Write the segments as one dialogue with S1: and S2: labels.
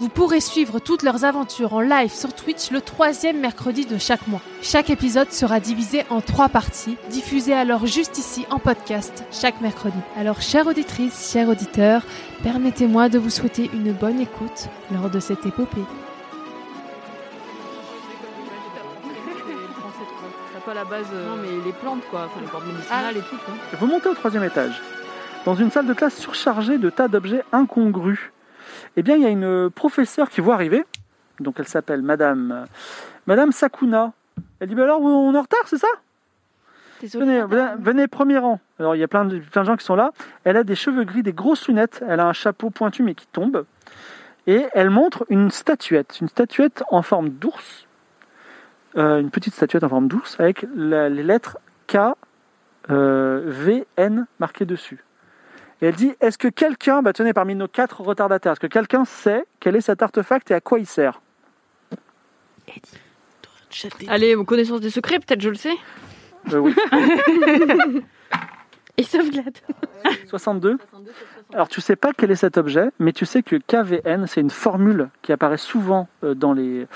S1: Vous pourrez suivre toutes leurs aventures en live sur Twitch le troisième mercredi de chaque mois. Chaque épisode sera divisé en trois parties, diffusées alors juste ici en podcast chaque mercredi. Alors, chère auditrice, chers auditeurs, Permettez-moi de vous souhaiter une bonne écoute lors de cette épopée.
S2: T'as pas la base, euh,
S3: Non, mais les plantes, quoi. Enfin, les plantes médicinales et tout, quoi.
S4: Vous montez au troisième étage, dans une salle de classe surchargée de tas d'objets incongrus. Eh bien, il y a une euh, professeure qui voit arriver, donc elle s'appelle Madame, euh, Madame Sakuna. Elle dit, bah alors, on est en retard, c'est ça
S3: Désolée,
S4: venez,
S3: madame.
S4: venez- venez, premier rang. Alors, il y a plein de, plein de gens qui sont là. Elle a des cheveux gris, des grosses lunettes, elle a un chapeau pointu mais qui tombe. Et elle montre une statuette, une statuette en forme d'ours, Euh, une petite statuette en forme d'ours avec la- les lettres K, euh, V, N marquées dessus. Et elle dit, est-ce que quelqu'un, bah tenez, parmi nos quatre retardataires, est-ce que quelqu'un sait quel est cet artefact et à quoi il sert
S3: Ah. Allez, mon connaissance des secrets, peut-être je le sais.
S4: Euh, oui.
S3: Et sauvegarde.
S4: 62. Alors tu sais pas quel est cet objet, mais tu sais que KVN, c'est une formule qui apparaît souvent euh, dans les,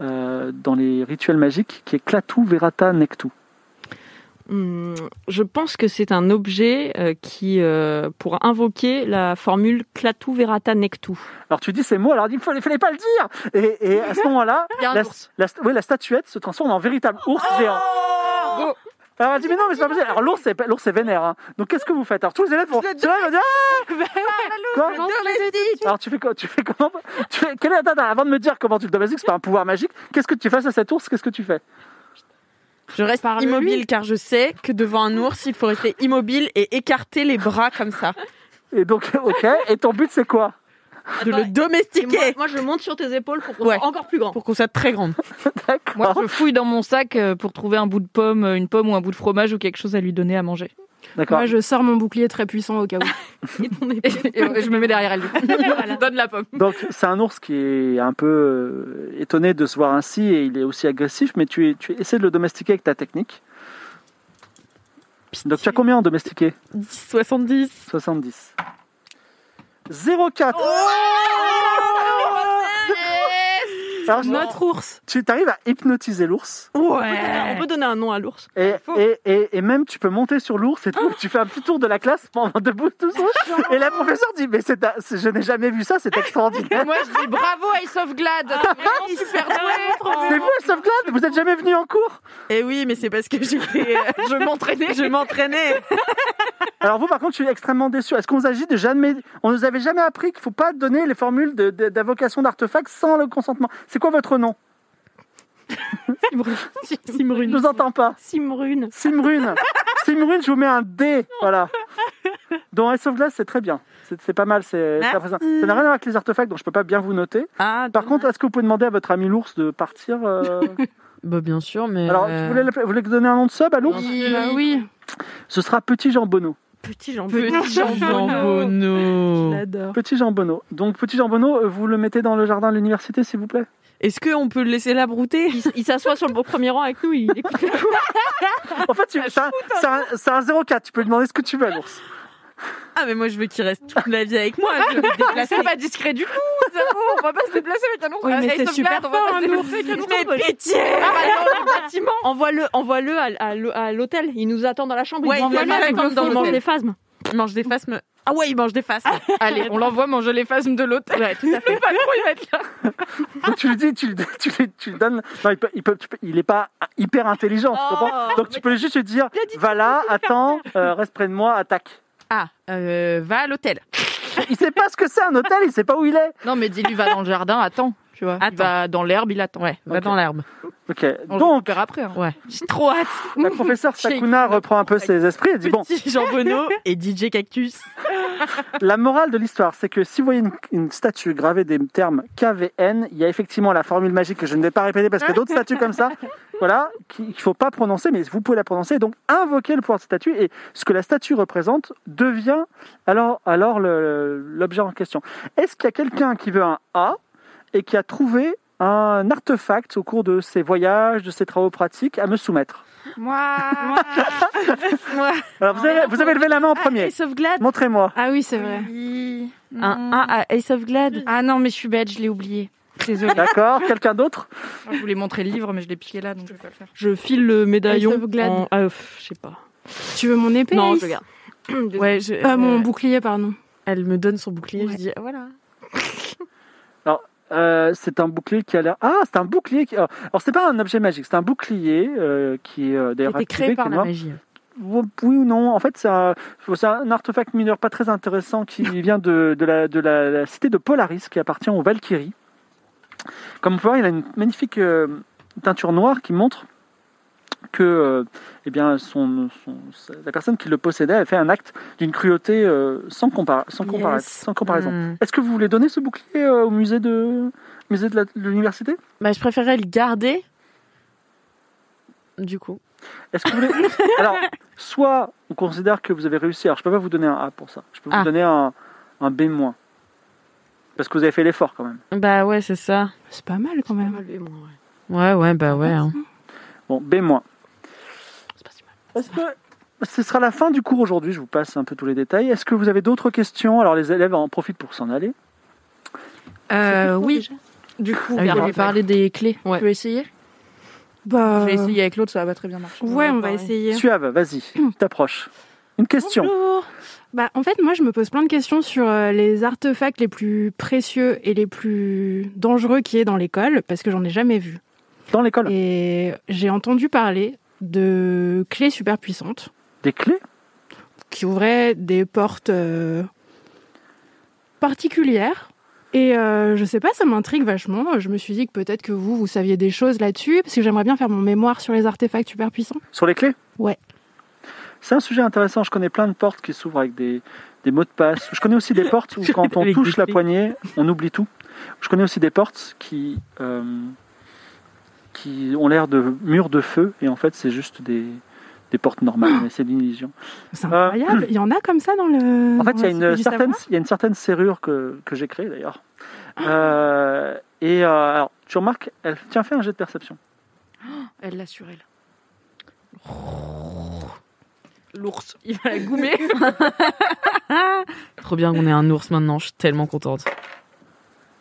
S4: euh, dans les rituels magiques, qui est Klaatu Verata Nektu.
S3: Hmm, je pense que c'est un objet euh, qui, euh, pour invoquer la formule Clatu Verata Nectu.
S4: Alors tu dis ces mots, alors il ne fallait, fallait pas le dire Et, et à ce moment-là,
S3: Il y a un
S4: la,
S3: ours.
S4: la- oui, la statuette se transforme en véritable ours
S5: Oh
S4: géant.
S3: Go.
S4: Alors elle dit mais non mais c'est pas possible. Alors l'ours c'est pas- l'ours c'est vénère. hein. Donc qu'est-ce que vous faites Alors tous les élèves vont. Ceux-là, ils vont dire ah Quoi Alors tu fais quoi Tu fais comment Tu fais quelle attends, attends, avant de me dire comment tu le domestiques, c'est pas un pouvoir magique. Qu'est-ce que tu fais à cet ours Qu'est-ce que tu fais
S6: Je reste
S3: Parle-lui.
S6: immobile car je sais que devant un ours, il faut rester immobile et écarter les bras comme ça.
S4: Et donc ok. Et ton but c'est quoi
S3: Ah bah, Et
S6: De le
S3: moi,
S6: domestiquer
S3: moi, je monte sur tes épaules pour qu'on
S6: Ouais.
S3: soit encore plus grand.
S6: pour qu'on soit très grande.
S5: Moi,
S4: D'accord.
S5: je fouille dans mon sac euh, pour trouver un bout de pomme, euh, une pomme ou un bout de fromage ou quelque chose à lui donner à manger.
S4: D'accord.
S5: Moi, je sors mon bouclier très puissant au cas où. et, je me mets derrière elle. Je donne la pomme.
S4: Donc c'est un ours qui est un peu euh, étonné de se voir ainsi et il est aussi agressif, mais tu, tu essaies de le domestiquer avec ta technique. Donc tu as combien en domestiqué
S6: 10, 70.
S4: 70. 04 Alors,
S6: Notre ours.
S4: Tu t'arrives à hypnotiser l'ours
S3: On peut donner un nom à l'ours.
S4: et,
S3: Faux.
S4: et, et, et même tu peux monter sur l'ours et tout. Tu fais un petit tour de la classe pendant debout tout seul. Et la professeure dit mais c'est un- c'est- je n'ai jamais vu ça, c'est extraordinaire. Ah,
S5: Moi, je dis bravo à Ace of Glad. super
S4: C'est vous, Sofglad Vous n'êtes jamais venu en cours
S6: Eh oui, mais c'est parce que j'étais-
S5: Je m'entraînais.
S6: je m'entraînais.
S4: Alors vous, par contre, je suis extrêmement déçu. Est-ce qu'on vous a dit de jamais... On nous avait jamais appris qu'il faut pas donner les formules de- de- d'invocation d'artefacts sans le consentement. C'est quoi votre nom Je ne
S3: Simrune.
S4: vous entends pas.
S3: Simrune.
S4: Simrune. Simrune, je vous mets un D. Voilà. Dans Ice of Glass, c'est très bien. C'est c'est pas mal. c'est- c'est
S6: Merci.
S4: impressionnant. Ça n'a rien à voir avec les artefacts, donc je peux pas bien vous noter.
S6: Ah,
S4: Par contre, est-ce que vous pouvez demander à votre ami l'ours de partir euh,
S6: bah, bien sûr, mais.
S4: Alors, vous voulez, l'appeler- vous voulez donner un nom de sub à l'ours
S2: bah
S5: oui.
S4: Ce sera Petit Jean Bonneau.
S3: Petit jambon.
S6: Petit jambonneau.
S3: J'adore.
S4: Petit Jean Bonneau. Donc, Petit Jean Bonneau, euh, vous le mettez dans le jardin de l'université, s'il vous plaît
S6: Est-ce qu'on peut le laisser là brouter
S3: Il, s- il s'assoit sur le beau premier rang avec nous. Il écoute.
S4: En fait, tu- c'est un, c'est un- c'est un 04, tu peux lui demander ce que tu veux à l'ours.
S6: Ah, mais moi, je veux qu'il reste toute la vie avec moi. Je vais me déplacer.
S5: C'est pas discret du tout. On va pas se déplacer avec un ours.
S1: Oui, mais
S5: Ace
S1: c'est
S5: of
S1: super
S5: Glad, on va
S1: fort,
S3: Ah,
S5: pas se
S1: un ours.
S5: déplacer avec un ours.
S6: Mais pitié
S3: Envoie-le envoie -le à, à l'hôtel. Il nous attend dans la chambre.
S6: Ouais,
S3: il mange
S6: il
S3: des
S6: nous attend
S3: phasmes.
S6: dans
S3: Il mange
S6: l'hôtel.
S3: des phasmes.
S6: Il mange des phasmes Ah ouais, il mange des faces.
S5: Allez, on l'envoie manger les phasmes de l'autre.
S6: ouais, tout à fait.
S5: Le patron, il va être là.
S4: Donc, tu lui dis, tu, le- tu, le- tu le donnes. Non, il, peut, il, peut- tu peux- il est pas hyper intelligent, tu comprends Donc tu peux juste lui dire, va là, attends, euh, reste près de moi, attaque.
S6: Ah, euh, va à l'hôtel.
S4: Il sait pas ce que c'est un hôtel, il sait pas où il est.
S5: Non, mais dis-lui, va dans le jardin, attends. Tu vois,
S6: Attends.
S5: Il va dans l'herbe, il attend.
S6: Ouais, va
S4: Ok.
S6: dans l'herbe.
S4: Ok.
S5: On le
S4: Donc
S5: récupère après. hein.
S6: J'ai trop hâte.
S4: la professeure Sakuna reprend un peu ses esprits et dit bon,
S6: Petit Jean Bonneau et DJ Cactus.
S4: La morale de l'histoire, c'est que si vous voyez une, une statue gravée des termes KVN, il y a effectivement la formule magique que je ne vais pas répéter parce qu'il y a d'autres statues comme ça, voilà, qu'il ne faut pas prononcer, mais vous pouvez la prononcer. Donc, invoquer le pouvoir de statue et ce que la statue représente devient alors, alors le- l'objet en question. Est-ce qu'il y a quelqu'un qui veut un A et qui a trouvé un artefact au cours de ses voyages, de ses travaux pratiques à me soumettre
S6: Moi.
S4: Alors, vous avez, vous avez levé la
S5: ah,
S4: main en premier.
S6: Ace of Glad.
S4: Montrez-moi.
S2: Ah oui, c'est vrai.
S6: Oui. Un 1 à Ace of Glad.
S2: Ah non, mais je suis bête, je l'ai oublié.
S5: Désolée.
S4: D'accord Quelqu'un d'autre
S5: Je voulais montrer le livre, mais je l'ai piqué là, donc je vais pas le faire.
S3: Je file le médaillon.
S2: Ace of Glad.
S3: en- ah, pff, je sais pas.
S2: Tu veux mon épée
S3: Non,
S2: Aïs
S3: je regarde.
S6: Ouais, je-
S2: Ah, mon
S6: euh,
S2: bouclier, pardon.
S6: Elle me donne son bouclier. Je dis ah, voilà.
S4: Euh, c'est un bouclier qui a l'air. Ah, c'est un bouclier. Qui... Alors, alors, c'est pas un objet magique, c'est un bouclier euh, qui est euh, d'ailleurs
S6: C'était
S4: activé,
S6: créé
S4: qui
S6: par
S4: est
S6: la
S4: noir.
S6: magie.
S4: Oui ou non En fait, c'est un, c'est un artefact mineur pas très intéressant qui vient de, de la, de la- la cité de Polaris, qui appartient aux Valkyries. Comme vous pouvez voir, il a une magnifique euh, teinture noire qui montre que euh, eh bien, son, son- la personne qui le possédait a fait un acte d'une cruauté euh, sans, compara- sans, compara-
S6: Yes.
S4: sans comparaison.
S6: Hmm.
S4: Est-ce que vous voulez donner ce bouclier euh, au musée de, musée de la- de l'université
S6: Bah, je préférerais le garder. Du coup.
S4: Est-ce que vous voulez Alors, soit on considère que vous avez réussi. Alors, je peux pas vous donner un A pour ça. Je peux vous
S6: Ah.
S4: donner un, un B-. Parce que vous avez fait l'effort quand même.
S6: Bah ouais, c'est ça.
S2: C'est pas mal quand même.
S6: Ouais, ouais, bah ouais. hein.
S4: Bon, B-. Est-ce que ce sera la fin du cours aujourd'hui Je vous passe un peu tous les détails. Est-ce que vous avez d'autres questions Alors, les élèves en profitent pour s'en aller.
S5: Euh, oui,
S6: Du coup,
S5: on va lui parler des clés.
S6: Ouais.
S5: Tu veux essayer
S2: Bah.
S5: Je vais essayer avec l'autre, ça va très bien marcher.
S2: Ouais, on va essayer.
S4: Suave, vas-y, tu t'approches. Une question.
S2: Bonjour. Bah, en fait, moi, je me pose plein de questions sur euh, les artefacts les plus précieux et les plus dangereux qui est dans l'école, parce que j'en ai jamais vu.
S4: Dans l'école,
S2: Et j'ai entendu parler de clés super puissantes
S4: des clés
S2: qui ouvraient des portes euh, particulières. Et euh, je sais pas, ça m'intrigue vachement. Je me suis dit que peut-être que vous, vous saviez des choses là-dessus, parce que j'aimerais bien faire mon mémoire sur les artefacts super puissants.
S4: Sur les clés
S2: Ouais.
S4: C'est un sujet intéressant. Je connais plein de portes qui s'ouvrent avec des, des mots de passe. Je connais aussi des portes où, quand on
S6: Avec
S4: touche
S6: des
S4: la
S6: clés.
S4: poignée, on oublie tout. Je connais aussi des portes qui, euh, qui ont l'air de murs de feu et en fait, c'est juste des, des portes normales. mais c'est une illusion.
S2: C'est incroyable. Il y en a comme ça dans le.
S4: Euh, En fait,
S2: dans
S4: il y, a une
S2: la Cité du
S4: certaine,
S2: Savoir
S4: il y a une certaine serrure que, que j'ai créée d'ailleurs. Euh, et euh, alors, tu remarques, elle, tiens, fais un jet de perception.
S5: Elle l'a sur elle.
S6: l'ours.
S5: Il va la goumer.
S6: Trop bien qu'on ait un ours maintenant, je suis tellement contente.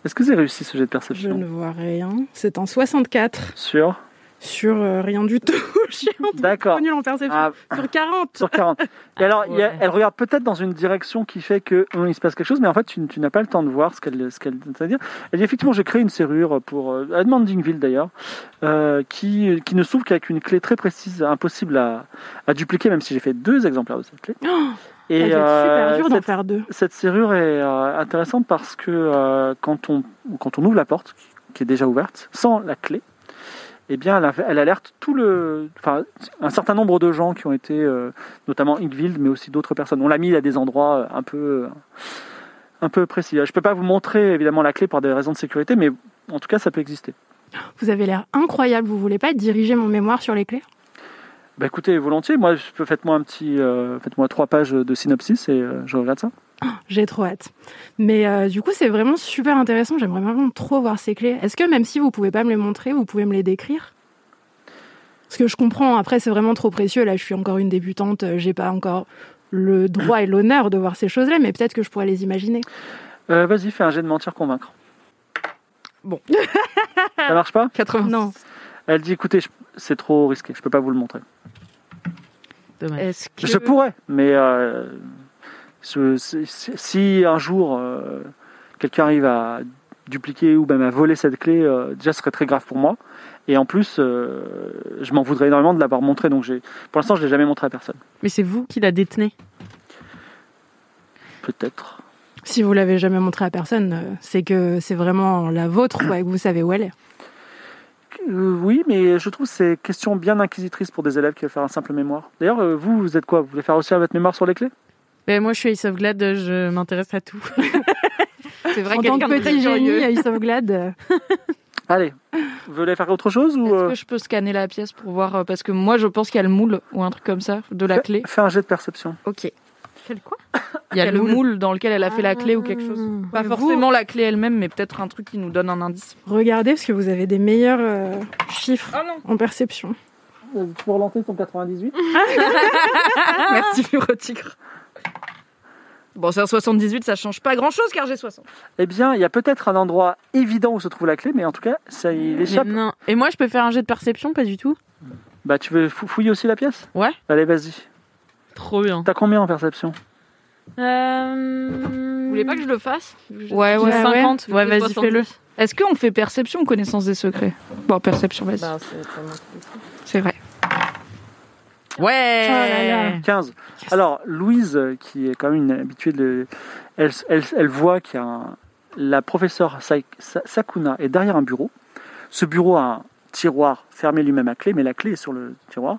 S4: Est-ce que c'est réussi ce jet de
S2: Je
S4: perception
S2: ne vois rien. C'est en 64
S4: Sur
S2: sur euh, rien du tout. Je suis un peu
S4: D'accord.
S2: nulle en perception.
S4: Ah,
S2: Sur 40.
S4: sur 40. Et alors,
S2: Ah
S4: il y a-
S6: Ouais.
S4: elle regarde peut-être dans une direction qui fait que hum, il se passe quelque chose, mais en fait, tu, tu n'as pas le temps de voir ce qu'elle ce qu'elle à dire. Elle dit effectivement, j'ai créé une serrure pour euh, à Demandingville d'ailleurs, euh, qui, qui ne s'ouvre qu'avec une clé très précise, impossible à, à dupliquer, même si j'ai fait deux exemplaires de cette clé.
S2: Oh, Ça
S4: Et
S2: doit être super
S4: euh,
S2: dur d'en
S4: cette,
S2: faire deux.
S4: cette serrure est euh, intéressante parce que euh, quand on quand on ouvre la porte, qui est déjà ouverte, sans la clé. Eh bien, elle, a- elle alerte tout le, enfin, un certain nombre de gens qui ont été, euh, notamment Hickville, mais aussi d'autres personnes. On l'a mis à des endroits euh, un peu, un peu précis. Je peux pas vous montrer évidemment la clé pour des raisons de sécurité, mais en tout cas, ça peut exister.
S2: Vous avez l'air incroyable. Vous voulez pas diriger mon mémoire sur les clés
S4: Bah, écoutez, volontiers. Moi, je peux- faites-moi un petit, euh, faites-moi trois pages de synopsis et euh, je regarde ça.
S2: J'ai trop hâte. Mais euh, du coup, c'est vraiment super intéressant. J'aimerais vraiment trop voir ces clés. Est-ce que même si vous pouvez pas me les montrer, vous pouvez me les décrire Parce que je comprends. Après, c'est vraiment trop précieux. Là, je suis encore une débutante. euh, J'ai pas encore le droit et l'honneur de voir ces choses-là, mais peut-être que je pourrais les imaginer.
S4: Euh, Vas-y, fais un jet de mentir convaincre.
S5: Bon.
S4: ça marche pas
S5: 80.
S2: Non.
S4: Elle dit écoutez, je- c'est trop risqué, je peux pas vous le montrer.
S6: Dommage.
S5: Est-ce que
S4: Je pourrais, mais euh, Ce- si- si si un jour euh, quelqu'un arrive à dupliquer ou même à voler cette clé, euh, déjà ce serait très grave pour moi. Et en plus, euh, je m'en voudrais énormément de l'avoir montré. Donc j'ai- pour l'instant, je ne l'ai jamais montré à personne.
S6: Mais c'est vous qui la détenez.
S4: Peut-être.
S2: Si vous l'avez jamais montré à personne, euh, c'est que c'est vraiment la vôtre quoi, et que vous savez où elle est.
S4: Euh, oui, mais je trouve que c'est question bien inquisitrice pour des élèves qui veulent faire un simple mémoire. D'ailleurs, euh, vous, vous êtes quoi Vous voulez faire aussi votre mémoire sur les clés
S6: Mais moi, je suis Ace of Glad, je m'intéresse à tout.
S5: C'est vrai,
S2: en tant que
S5: quelqu'un de très
S2: petit génie
S5: curieux.
S2: à Isomglad, euh,
S4: Allez, vous voulez faire autre chose ou
S5: Est-ce
S4: euh,
S5: que je peux scanner la pièce pour voir euh, Parce que moi, je pense qu'il y a le moule ou un truc comme ça, de la
S4: fais-
S5: clé.
S4: fais un jet de perception.
S5: Ok.
S6: Quel quoi
S5: Il y a le moule dans lequel elle a fait la clé ou quelque chose. Pas
S2: Mais
S5: forcément la clé elle-même, mais peut-être un truc qui nous donne un indice.
S2: regardez parce que vous avez des meilleurs euh, chiffres
S5: Oh
S2: en perception.
S4: Pour lancer ton 98
S5: Merci, Furotigre. Ah. Bon, c'est un 78, ça change pas grand-chose car j'ai 60.
S4: Eh bien, il y a peut-être un endroit évident où se trouve la clé, mais en tout cas, ça il échappe.
S5: Mm.
S6: Non. Et moi, je peux faire un jet de perception Pas du tout.
S4: Bah, tu veux fou- fouiller aussi la pièce
S6: Ouais.
S4: Allez, vas-y.
S6: Trop bien.
S4: T'as combien en perception
S6: Euh...
S5: Vous voulez pas que je le fasse
S6: Ouais, ouais,
S2: ouais.
S6: 50. Ouais, vas-y, fais-le.
S5: Est-ce qu'on fait perception ou connaissance des secrets Bon, perception, vas-y.
S6: Bah,
S5: c'est vrai.
S6: Ouais
S2: Oh là là.
S4: 15. Alors, Louise, euh, qui est quand même une habituée de. Elle, elle, elle voit qu'il y a un- La professeure Sa- Sa- Sakuna est derrière un bureau. Ce bureau a un tiroir fermé lui-même à clé, mais la clé est sur le tiroir.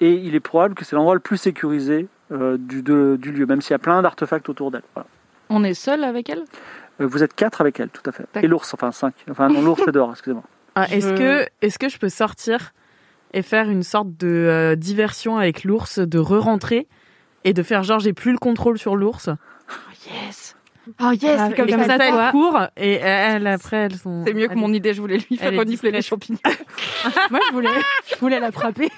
S4: Et il est probable que c'est l'endroit le plus sécurisé euh, du, de- du lieu, même s'il y a plein d'artefacts autour d'elle. Voilà.
S5: On est seul avec elle
S4: Euh, Vous êtes quatre avec elle, tout à fait.
S5: D'accord.
S4: Et l'ours, enfin cinq. Enfin non, l'ours est dehors, excusez-moi.
S6: Ah, est-ce
S5: Je-
S6: que est-ce que je peux sortir et faire une sorte de euh, diversion avec l'ours, de re-rentrer et de faire genre j'ai plus le contrôle sur l'ours
S5: Yes Oh yes,
S2: Ah,
S5: c'est comme
S2: et
S5: ça.
S2: comme ça,
S6: elle
S2: toi.
S6: court et elles après elles sont.
S5: C'est mieux que mon idée, je voulais lui faire
S6: Elle est
S5: renifler les
S6: discrète.
S5: champignons.
S2: Moi je voulais, je voulais la frapper.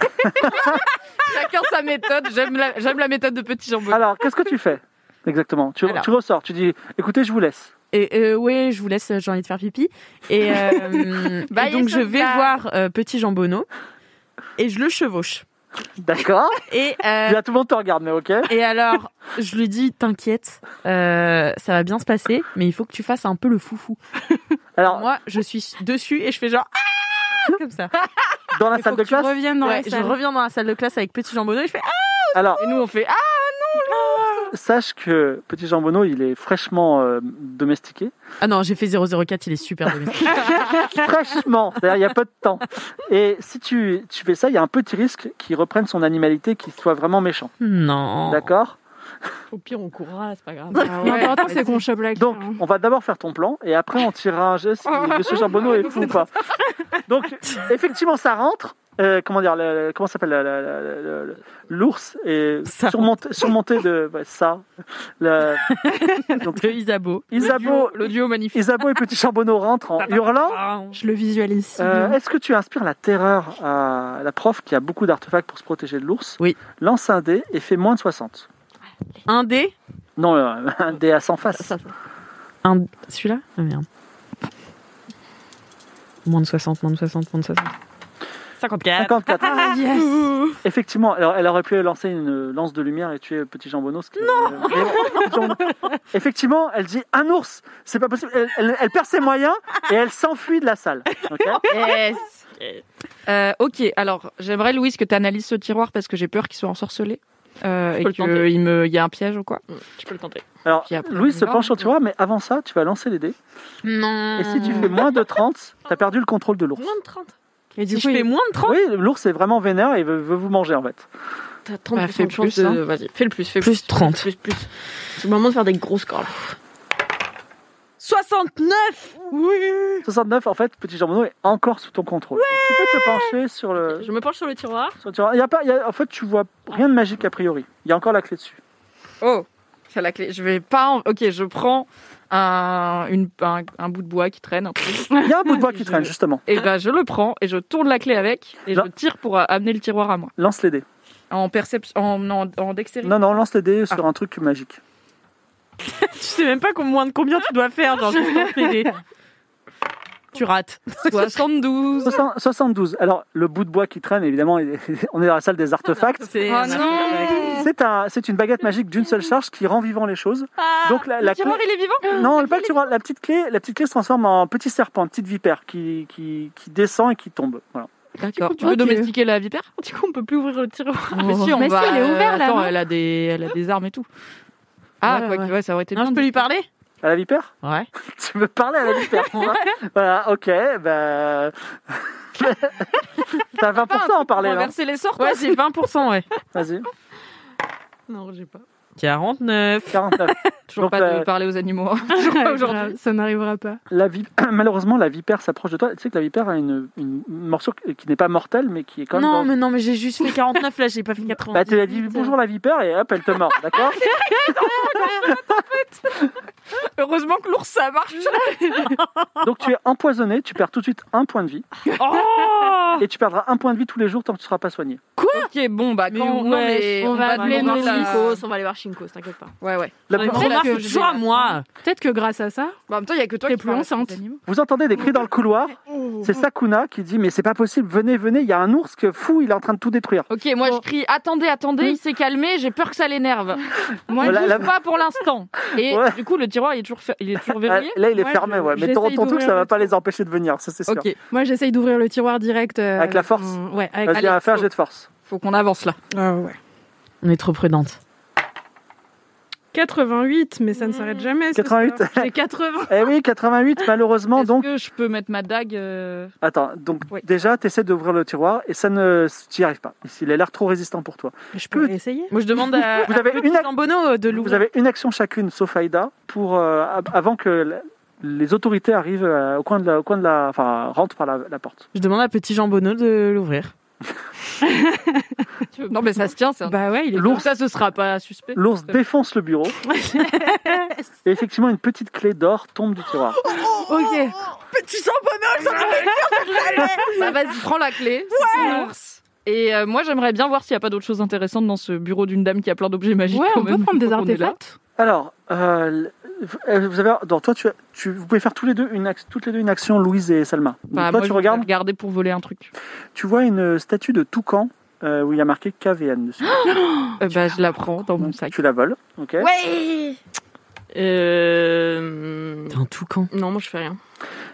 S5: Chacun sa méthode, j'aime la, j'aime la méthode de Petit Jambon.
S4: Alors, qu'est-ce que tu fais Exactement. Tu,
S6: Alors.
S4: tu ressors, tu dis écoutez, je vous laisse.
S6: Et euh, ouais, je vous laisse. J'ai envie de faire pipi. Et, euh,
S5: Bye,
S3: Bah,
S6: et donc je
S5: Sophia.
S6: vais voir euh, petit jambonneau et je le chevauche.
S4: D'accord
S6: Et euh,
S4: Là, tout le monde te regarde, mais ok.
S6: Et alors, je lui dis, t'inquiète, euh, ça va bien se passer, mais il faut que tu fasses un peu le foufou.
S4: Alors,
S6: Moi, je suis dessus et je fais genre Ah comme ça.
S4: dans la
S2: Il faut
S4: salle
S2: que
S4: de
S2: tu
S4: classe,
S5: Ah,
S2: reviennes dans
S6: Ouais,
S2: la
S6: je
S2: salle.
S6: reviens dans la salle de classe avec Petit Jean Bonneau et je fais Ah
S4: alors
S6: Et nous, on fait Ah
S4: sache que Petit Jean Bonneau, il est fraîchement euh, domestiqué.
S6: Ah non, j'ai fait 004, il est super domestique.
S4: Fraîchement D'ailleurs, il y a peu de temps. Et si tu, tu fais ça, il y a un petit risque qu'il reprenne son animalité, qu'il soit vraiment méchant.
S6: non.
S4: D'accord
S3: Au pire, on courra, c'est pas grave.
S2: L'important c'est qu'on chope la clé.
S4: Donc,
S2: hein.
S4: on va d'abord faire ton plan, et après, on tirera un geste si Monsieur Jean Bonneau est fou ou pas. Donc, effectivement, ça rentre. Euh, comment dire le- le- Comment s'appelle la- la- la- la- la- la- L'ours est
S6: Ça
S4: surmonté, surmonté de ouais, ça. La- donc,
S6: De Isabeau.
S4: Isabeau,
S5: Le duo magnifique.
S4: Isabeau et Petit Charbonneau rentrent en hurlant.
S2: Je le visualise. si
S4: Euh,
S2: bien.
S4: Est-ce que tu inspires la terreur à la prof qui a beaucoup d'artefacts pour se protéger de l'ours
S6: Oui.
S4: Lance un dé et fait moins de 60.
S6: Un dé
S4: Non, euh, un dé à 100 faces.
S6: Un... Celui-là Ah merde. Moins de 60, moins de 60, moins de 60. 54.
S4: 54.
S2: Ah, yes.
S4: Effectivement, alors, elle aurait pu lancer une lance de lumière et tuer Petit Jean Bonneau. ce qui- euh, mais bon, Petit Jean Bonneau- Effectivement, elle dit un ours, c'est pas possible. Elle, elle- elle perd ses moyens et elle s'enfuit de la salle. Ok
S5: Yes Euh, Ok, alors j'aimerais, Louise, que tu analyses ce tiroir parce que j'ai peur qu'il soit ensorcelé. Euh, et
S3: peux le tenter.
S5: qu'il me... y a un piège ou quoi.
S3: Je peux le tenter.
S4: Alors,
S5: Puis après,
S4: Louise
S5: on
S4: se
S5: va,
S4: penche sur
S5: on
S4: le tiroir, mais avant ça, tu vas lancer les dés.
S6: Non.
S4: Et si tu fais moins de 30, t'as perdu le contrôle de l'ours.
S3: Moins de 30.
S2: Et
S6: Si
S2: du
S6: je
S2: coup, il-
S6: fais moins de 30
S4: Oui, l'ours est vraiment vénère et veut, veut vous manger en fait.
S3: T'as 30%
S5: Bah, fais
S3: de chance
S5: plus,
S3: de-
S5: hein.
S3: Vas-y, fais le plus. Fais
S6: Plus 30.
S3: Plus, plus. C'est le moment de faire des gros scores. là.
S6: 69 Oui
S4: 69, en fait, petit jambonneau est encore sous ton contrôle. Donc, tu peux te pencher sur le.
S3: Je me penche sur le tiroir.
S4: sur le tiroir. Il y a pas, il y a- en fait, tu vois rien de magique a priori. Il y a encore la clé dessus.
S5: Oh, c'est la clé. Je vais pas. en- Ok, je prends un, une- un, un bout de bois qui traîne. un truc.
S4: Il y a un bout de bois qui traîne justement.
S5: Et ben, je le prends et je tourne la clé avec et
S4: Là.
S5: je tire pour euh, amener le tiroir à moi.
S4: Lance les dés.
S5: En perception, en, non, en dextérité.
S4: Non, non, lance les dés sur un truc magique.
S6: Tu sais même pas combien, combien tu dois faire dans Tu rates.
S5: 72.
S4: 60 72. Alors, le bout de bois qui traîne, évidemment, il est- on est dans la salle des artefacts.
S6: C'est
S5: Oh non
S4: C'est un, c'est une baguette magique d'une seule charge qui rend vivant les choses.
S5: Ah,
S4: Donc la, la
S5: le tiroir,
S4: clé-
S5: il est vivant
S4: non, pas le tiroir, la petite clé, la petite clé se transforme en petit serpent, une petite vipère qui, qui, qui descend et qui tombe. Voilà.
S5: D'accord. Tu
S2: Ok.
S5: veux domestiquer la vipère Du coup, on peut plus ouvrir le tiroir. Mais si, Ah, on
S2: Mais si,
S5: va,
S2: elle est
S5: euh,
S2: ouverte, là,
S5: attends,
S2: non
S5: elle a des, elle a des armes et tout. Ah,
S6: Ouais,
S5: quoi que-
S6: ouais.
S5: ouais, ça aurait été.
S6: Non,
S5: bien
S6: je peux
S5: de-
S6: lui parler
S4: À la vipère
S6: Ouais.
S4: Tu veux parler à la vipère toi Voilà, ok, bah. T'as 20% à en parler, hein.
S5: Renverser les sortes.
S6: Ouais, c'est 20%, ouais.
S4: Vas-y,
S5: Non, j'ai pas.
S6: 49.
S4: 49.
S5: Toujours
S4: Donc,
S5: pas
S4: euh,
S5: de parler aux animaux. hein.
S2: Ouais,
S5: aujourd'hui.
S2: grave, Ça n'arrivera pas.
S4: La vi- Malheureusement, la vipère s'approche de toi. Tu sais que la vipère a une, une morsure qui n'est pas mortelle, mais qui est quand même.
S6: Non,
S4: dangereuse.
S6: mais non, mais j'ai juste fait 49 là, j'ai pas fait 80.
S4: Bah, tu lui as dit bonjour la vipère et hop, elle te mord, d'accord
S5: Heureusement que l'ours, ça marche.
S4: Donc tu es empoisonné, tu perds tout de suite un point de vie
S5: Ah.
S6: Oh
S4: et tu perdras un point de vie tous les jours tant que tu ne seras pas soigné.
S5: Ok, bon, bah,
S6: Mais ouais,
S5: quand non, mais
S2: on va
S5: demander
S2: appeler nos
S5: la-
S7: Shinkos, on va aller voir Shinkos, t'inquiète pas.
S5: Ouais, ouais.
S4: La
S6: Mais
S4: plupart-
S2: Remarque,
S6: remarque,
S2: que
S6: je à moi.
S2: Peut-être que grâce à ça,
S5: Bah, en même temps, il y a que toi
S2: T'es
S5: qui
S2: plus
S5: parles
S2: enceinte.
S5: aux animaux.
S4: Vous entendez des cris dans le couloir C'est Sakuna qui dit mais c'est pas possible, venez, venez, il y a un ours que fou, il est en train de tout détruire.
S5: Ok, moi je crie attendez, attendez, il s'est calmé, j'ai peur que ça l'énerve. Moi,
S4: Voilà,
S5: je
S4: la-
S5: ne pas pour l'instant. Et
S4: Ouais.
S5: du coup, le tiroir il est toujours, fer- il est toujours
S4: Ah,
S5: verrouillé.
S4: Là il est
S2: Ouais,
S4: fermé,
S2: je-
S4: ouais, mais
S2: j'essaye
S4: ton, ton truc ça
S2: d'ouvrir
S4: va
S2: le
S4: pas les empêcher de venir, ça c'est sûr.
S5: Ok,
S2: moi j'essaye d'ouvrir le tiroir direct. euh,
S4: Avec la force
S2: mon- Ouais, avec
S4: Vas-y,
S5: Allez,
S4: à faire
S5: go.
S4: jet de force.
S5: faut qu'on avance là.
S2: Ah ouais.
S6: On est trop prudente.
S2: 88, mais ça ne s'arrête jamais. ce
S4: 88.
S2: soir. J'ai 80.
S4: Eh oui, 88 malheureusement
S5: Est-ce
S4: donc.
S5: que je peux mettre ma dague euh,
S4: Attends, donc
S5: Oui.
S4: déjà t'essaies d'ouvrir le tiroir et ça ne. Tu n'y arrives pas. Il a l'air trop résistant pour toi.
S2: Je
S4: peux
S2: essayer.
S6: Moi, je demande à,
S4: Vous avez
S6: à Petit
S4: une ac-
S6: Lambono de
S4: Vous
S6: l'ouvrir.
S4: avez une action chacune, sauf Aïda, pour, euh, ab- avant que la- les autorités arrivent euh, au coin de la, au coin de la, enfin, rentrent par la, la porte.
S6: Je demande à Petit Jambonneau de l'ouvrir.
S5: tu veux- Non, mais ça se tient, ça.
S2: Bah ouais, il est.
S4: L'ours-
S5: Ça, ce sera pas suspect.
S4: L'ours défonce le bureau. et effectivement, une petite clé d'or tombe du tiroir.
S2: Ok.
S6: Petit Jambonneau,
S5: Bah, vas-y, prends la clé. c'est ton ours. Et euh, moi, j'aimerais bien voir s'il n'y a pas d'autres choses intéressantes dans ce bureau d'une dame qui a plein d'objets magiques.
S2: Ouais,
S5: quand
S2: on peut
S5: même,
S2: prendre des
S5: faut qu'on est là.
S2: artefacts.
S4: Alors, euh, l- vous avez, dans toi, tu, as- tu- vous pouvez faire tous les deux une, ac- toutes les deux une action, Louise et Salma. Donc,
S5: Bah,
S4: toi,
S5: moi,
S4: tu
S5: je vais
S4: regardes,
S5: regarder pour voler un truc.
S4: tu vois une statue de toucan euh, où il y a marqué KVN dessus.
S5: Euh, bah, je la prends dans mon
S4: Donc,
S5: sac.
S4: tu la voles, ok
S7: Ouais
S6: T'es un toucan.
S7: Non, moi je fais rien.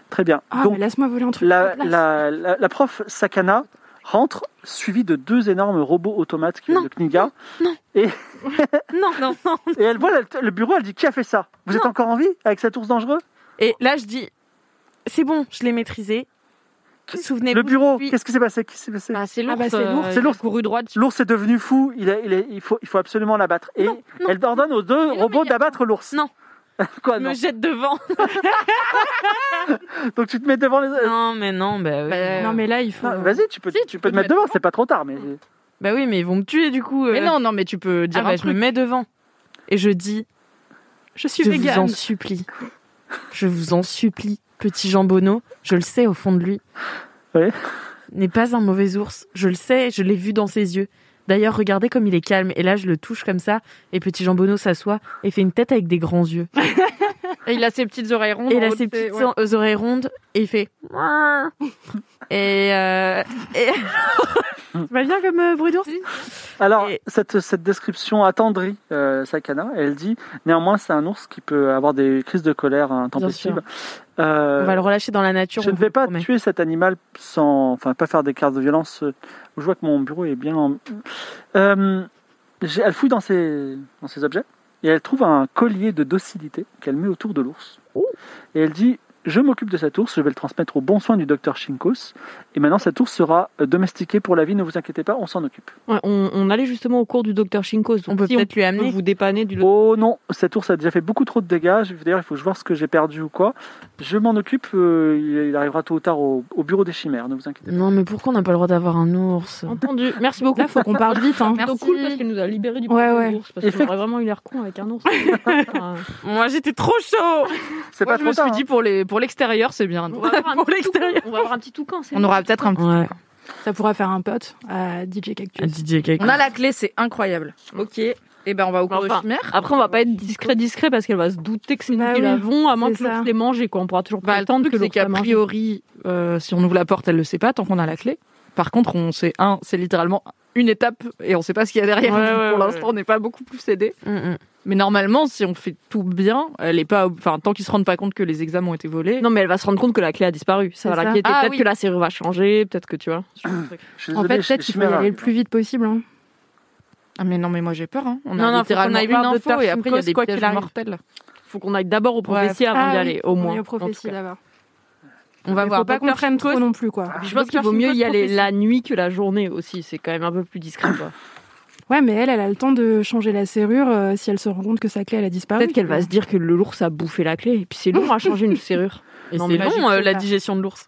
S4: Très bien.
S2: Ah,
S4: Donc,
S2: mais laisse-moi voler un truc.
S4: la,
S2: à place.
S4: la- la- la prof Sakana rentre suivie de deux énormes robots automates qui viennent de Kniga.
S6: Non, non, non.
S4: Et elle voit le- le bureau, elle dit Qui a fait ça Vous êtes encore en vie avec cet ours dangereux
S6: Et là, je dis, c'est bon, je l'ai maîtrisé. Souvenez-vous.
S4: Le bureau,
S6: je suis-
S4: qu'est-ce qui s'est passé, Qu'est-ce qui s'est passé
S5: Ah, c'est
S2: Ah,
S5: l'ours.
S2: bah, c'est l'ours.
S5: euh,
S4: C'est l'ours.
S5: qui a couru droit dessus.
S4: L'ours est devenu fou, il, est- il, est- il faut, il faut absolument l'abattre. Et elle ordonne aux deux
S6: Mais non,
S4: robots
S6: mais il y a-
S4: d'abattre l'ours.
S6: Non.
S4: Quoi,
S6: Je
S4: non
S6: me jette devant.
S4: Donc tu te mets devant les.
S6: Non, mais non, bah oui.
S5: Bah,
S2: Non, mais là, il faut.
S4: Non, Ah, Vas-y, tu peux,
S5: Si,
S4: tu peux te mettre devant, c'est pas trop tard. Mais...
S6: Bah oui, mais ils vont me tuer du coup. euh.
S5: Mais non, non, mais tu peux
S6: Ah
S5: dire
S6: bah,
S5: un
S6: je me
S5: truc.
S6: mets devant. Et je dis,
S2: Je suis
S6: je vous en
S2: végane.
S6: supplie. Je vous en supplie, petit jambonneau. Je le sais au fond de lui.
S4: Oui.
S6: N'est pas un mauvais ours. Je le sais, je l'ai vu dans ses yeux. D'ailleurs, regardez comme il est calme. Et là, je le touche comme ça. Et petit jambonneau s'assoit et fait une tête avec des grands yeux.
S5: Et il a ses petites oreilles rondes.
S6: Et
S5: en
S6: il a
S5: haut de
S6: ses petites
S5: ouais.
S6: o- oreilles rondes et il fait. Mouah et, euh, et-
S2: Ça va bien comme euh, bruit d'ours
S4: Alors,
S6: Et-
S4: cette, cette description attendrit euh, Sakana. Elle dit Néanmoins, c'est un ours qui peut avoir des crises de colère hein, intempestives. Euh,
S6: on va le relâcher dans la nature.
S4: Je
S6: on
S4: ne
S6: vous le
S4: vais pas
S6: promet.
S4: tuer cet animal sans, enfin, pas faire des cartes de violence. Euh, Je vois que mon bureau est bien. en- Euh, j'ai- elle fouille dans ses, dans ses objets et elle trouve un collier de docilité qu'elle met autour de l'ours.
S5: Oh.
S4: Et elle dit Je m'occupe de cet ours, je vais le transmettre au bon soin du docteur Shinkos. Et maintenant, cet ours sera euh, domestiqué pour la vie, ne vous inquiétez pas, on s'en occupe.
S7: Ouais, on, on allait justement au cours du docteur Shinkos. donc
S6: On peut
S7: si
S6: peut-être lui
S7: on
S6: amener.
S7: peut vous dépanner du
S4: Oh non, cet ours a déjà fait beaucoup trop de dégâts. Je- D'ailleurs, il faut que je vois ce que j'ai perdu ou quoi. Je m'en occupe, euh, il il arrivera tôt ou tard au, au bureau des chimères, ne vous inquiétez
S6: Non, mais pourquoi on n'a pas le droit d'avoir un ours
S7: Entendu. Merci beaucoup.
S2: Là, faut qu'on parle vite. Hein.
S7: C'est cool parce qu'elle nous a libéré du
S2: Ouais,
S7: problème
S2: ouais.
S7: d'ours, parce qu'on
S4: Effect-
S7: aurait vraiment eu l'air con avec un ours. Enfin,
S6: Moi, j'étais trop chaud
S4: pas. C'est
S5: Moi,
S4: pas
S5: je
S4: trop
S5: me suis
S4: tard, hein.
S5: dit pour les pour l'extérieur, c'est bien.
S7: on va avoir un
S6: Pour
S7: petit
S6: l'extérieur.
S7: toucan, On va avoir un petit toucan. c'est
S5: On aura peut-être un petit.
S6: Ouais,
S2: Ça pourra faire un pote à DJ Cactus.
S6: DJ Cake.
S5: On a la clé, c'est incroyable. Ok. Et ben on va au cours
S7: Enfin,
S5: de chimère.
S7: Après, on va pas être discret, discret parce qu'elle va se douter que c'est nous
S2: Bah
S7: qui
S2: oui,
S7: l'avons, à moins
S2: c'est
S7: que l'ours
S2: ça.
S7: l'ait mangé. Quoi. On pourra toujours
S5: Bah, le
S7: prétendre
S5: truc
S7: que
S5: c'est
S7: l'ours
S5: qu'a
S7: l'a mangé.
S5: priori, euh, si on ouvre la porte, elle le sait pas tant qu'on a la clé. Par contre, on sait un, c'est littéralement une étape et on ne sait pas ce qu'il y a derrière.
S3: Ouais,
S5: Donc,
S3: ouais,
S5: pour
S3: ouais.
S5: l'instant, on n'est pas beaucoup plus aidé.
S6: Mm, mm.
S5: Mais normalement, si on fait tout bien, elle est pas, enfin, tant qu'ils se rendent pas compte que les examens ont été volés.
S3: Non, mais elle va se rendre compte que la clé a disparu. Ça va
S2: C'est ça.
S3: l'inquiéter.
S5: Ah,
S3: peut-être
S5: oui.
S3: que la serrure va changer. Peut-être que tu vois.
S4: Je suis
S2: En fait,
S4: désolé, je-
S2: peut-être
S4: je
S2: qu'il
S4: suis
S2: faut y
S4: malin.
S2: aller le plus vite possible. hein.
S5: Ah mais non, mais moi j'ai peur. hein. On a
S3: Non, non, faut
S5: littéralement
S3: qu'on aille
S5: une
S3: voir
S5: info
S3: Dr.
S5: et après il y a des
S3: Funkos, quoi
S5: pièges
S3: qu'il arrive.
S5: mortels.
S3: Faut qu'on aille d'abord au prophétie avant d'y
S2: Ah
S3: aller,
S2: oui,
S3: au
S2: on
S3: moins. en
S2: est au
S3: tout
S2: prophétie
S3: cas.
S2: là-bas.
S3: On va
S2: Mais
S3: voir.
S2: Faut pas
S3: Dr.
S2: qu'on traîne trop
S3: Funkos.
S2: non plus, quoi.
S7: Ah.
S3: Je pense qu'il vaut mieux y aller la nuit que la journée aussi. C'est quand même un peu plus discret. quoi.
S2: Ouais, mais elle, elle a le temps de changer la serrure euh, si elle se rend compte que sa clé, elle a disparu.
S3: Peut-être qu'elle va se dire que le lours a bouffé la clé. Et puis c'est long à changer une serrure.
S6: Et
S3: Non, mais
S6: c'est long,
S3: magique,
S6: euh,
S3: c'est hein.
S6: la
S3: ça.
S6: digestion de l'ours.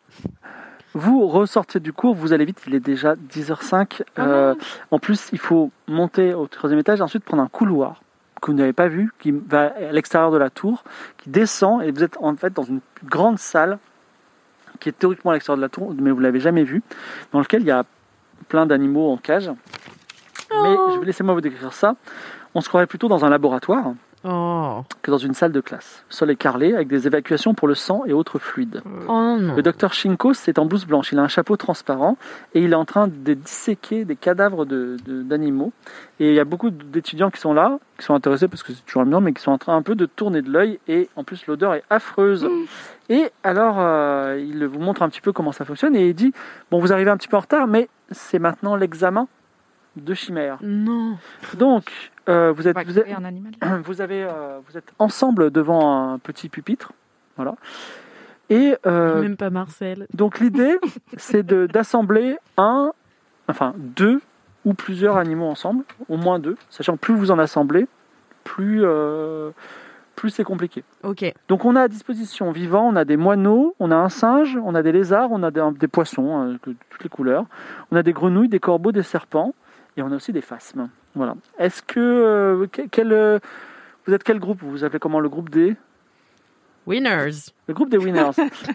S4: Vous ressortez du cours, vous allez vite, il est déjà 10h05.
S2: Ah
S4: Euh, en plus, il faut monter au troisième étage, ensuite prendre un couloir que vous n'avez pas vu, qui va à l'extérieur de la tour, qui descend, et vous êtes en fait dans une grande salle qui est théoriquement à l'extérieur de la tour, mais vous l'avez jamais vue, dans lequel il y a plein d'animaux en cage. Mais je
S2: Oh.
S4: vais laisser moi vous décrire ça. On se croirait plutôt dans un laboratoire
S6: Oh.
S4: que dans une salle de classe. Le sol est carrelé avec des évacuations pour le sang et autres fluides.
S6: Oh non.
S4: Le docteur Shinkos est en blouse blanche, il a un chapeau transparent et il est en train de disséquer des cadavres de- de- d'animaux. et il y a beaucoup d'étudiants qui sont là, qui sont intéressés parce que c'est toujours amusant, mais qui sont en train un peu de tourner de l'œil et en plus l'odeur est affreuse.
S6: Mm.
S4: Et alors euh, il vous montre un petit peu comment ça fonctionne et il dit Bon, vous arrivez un petit peu en retard, mais c'est maintenant l'examen de chimère.
S6: Non.
S4: Donc euh, vous êtes.
S5: Pas
S4: vous êtes-
S5: créer un animal.
S4: vous, avez, euh, vous êtes ensemble devant un petit pupitre. Voilà. Et euh,
S6: Même pas Marcel.
S4: donc l'idée, c'est de- d'assembler un, enfin deux ou plusieurs animaux ensemble, au moins deux, sachant que plus vous en assemblez, plus, euh, plus c'est compliqué.
S6: Ok.
S4: Donc on a à disposition vivant, on a des moineaux, on a un singe, on a des lézards, on a des, des poissons hein, de toutes les couleurs, on a des grenouilles, des corbeaux, des serpents, et on a aussi des phasmes. Voilà. Est-ce que euh, que- quel, euh, vous êtes quel groupe Vous vous appelez comment le groupe des
S6: Winners.
S4: le groupe des winners.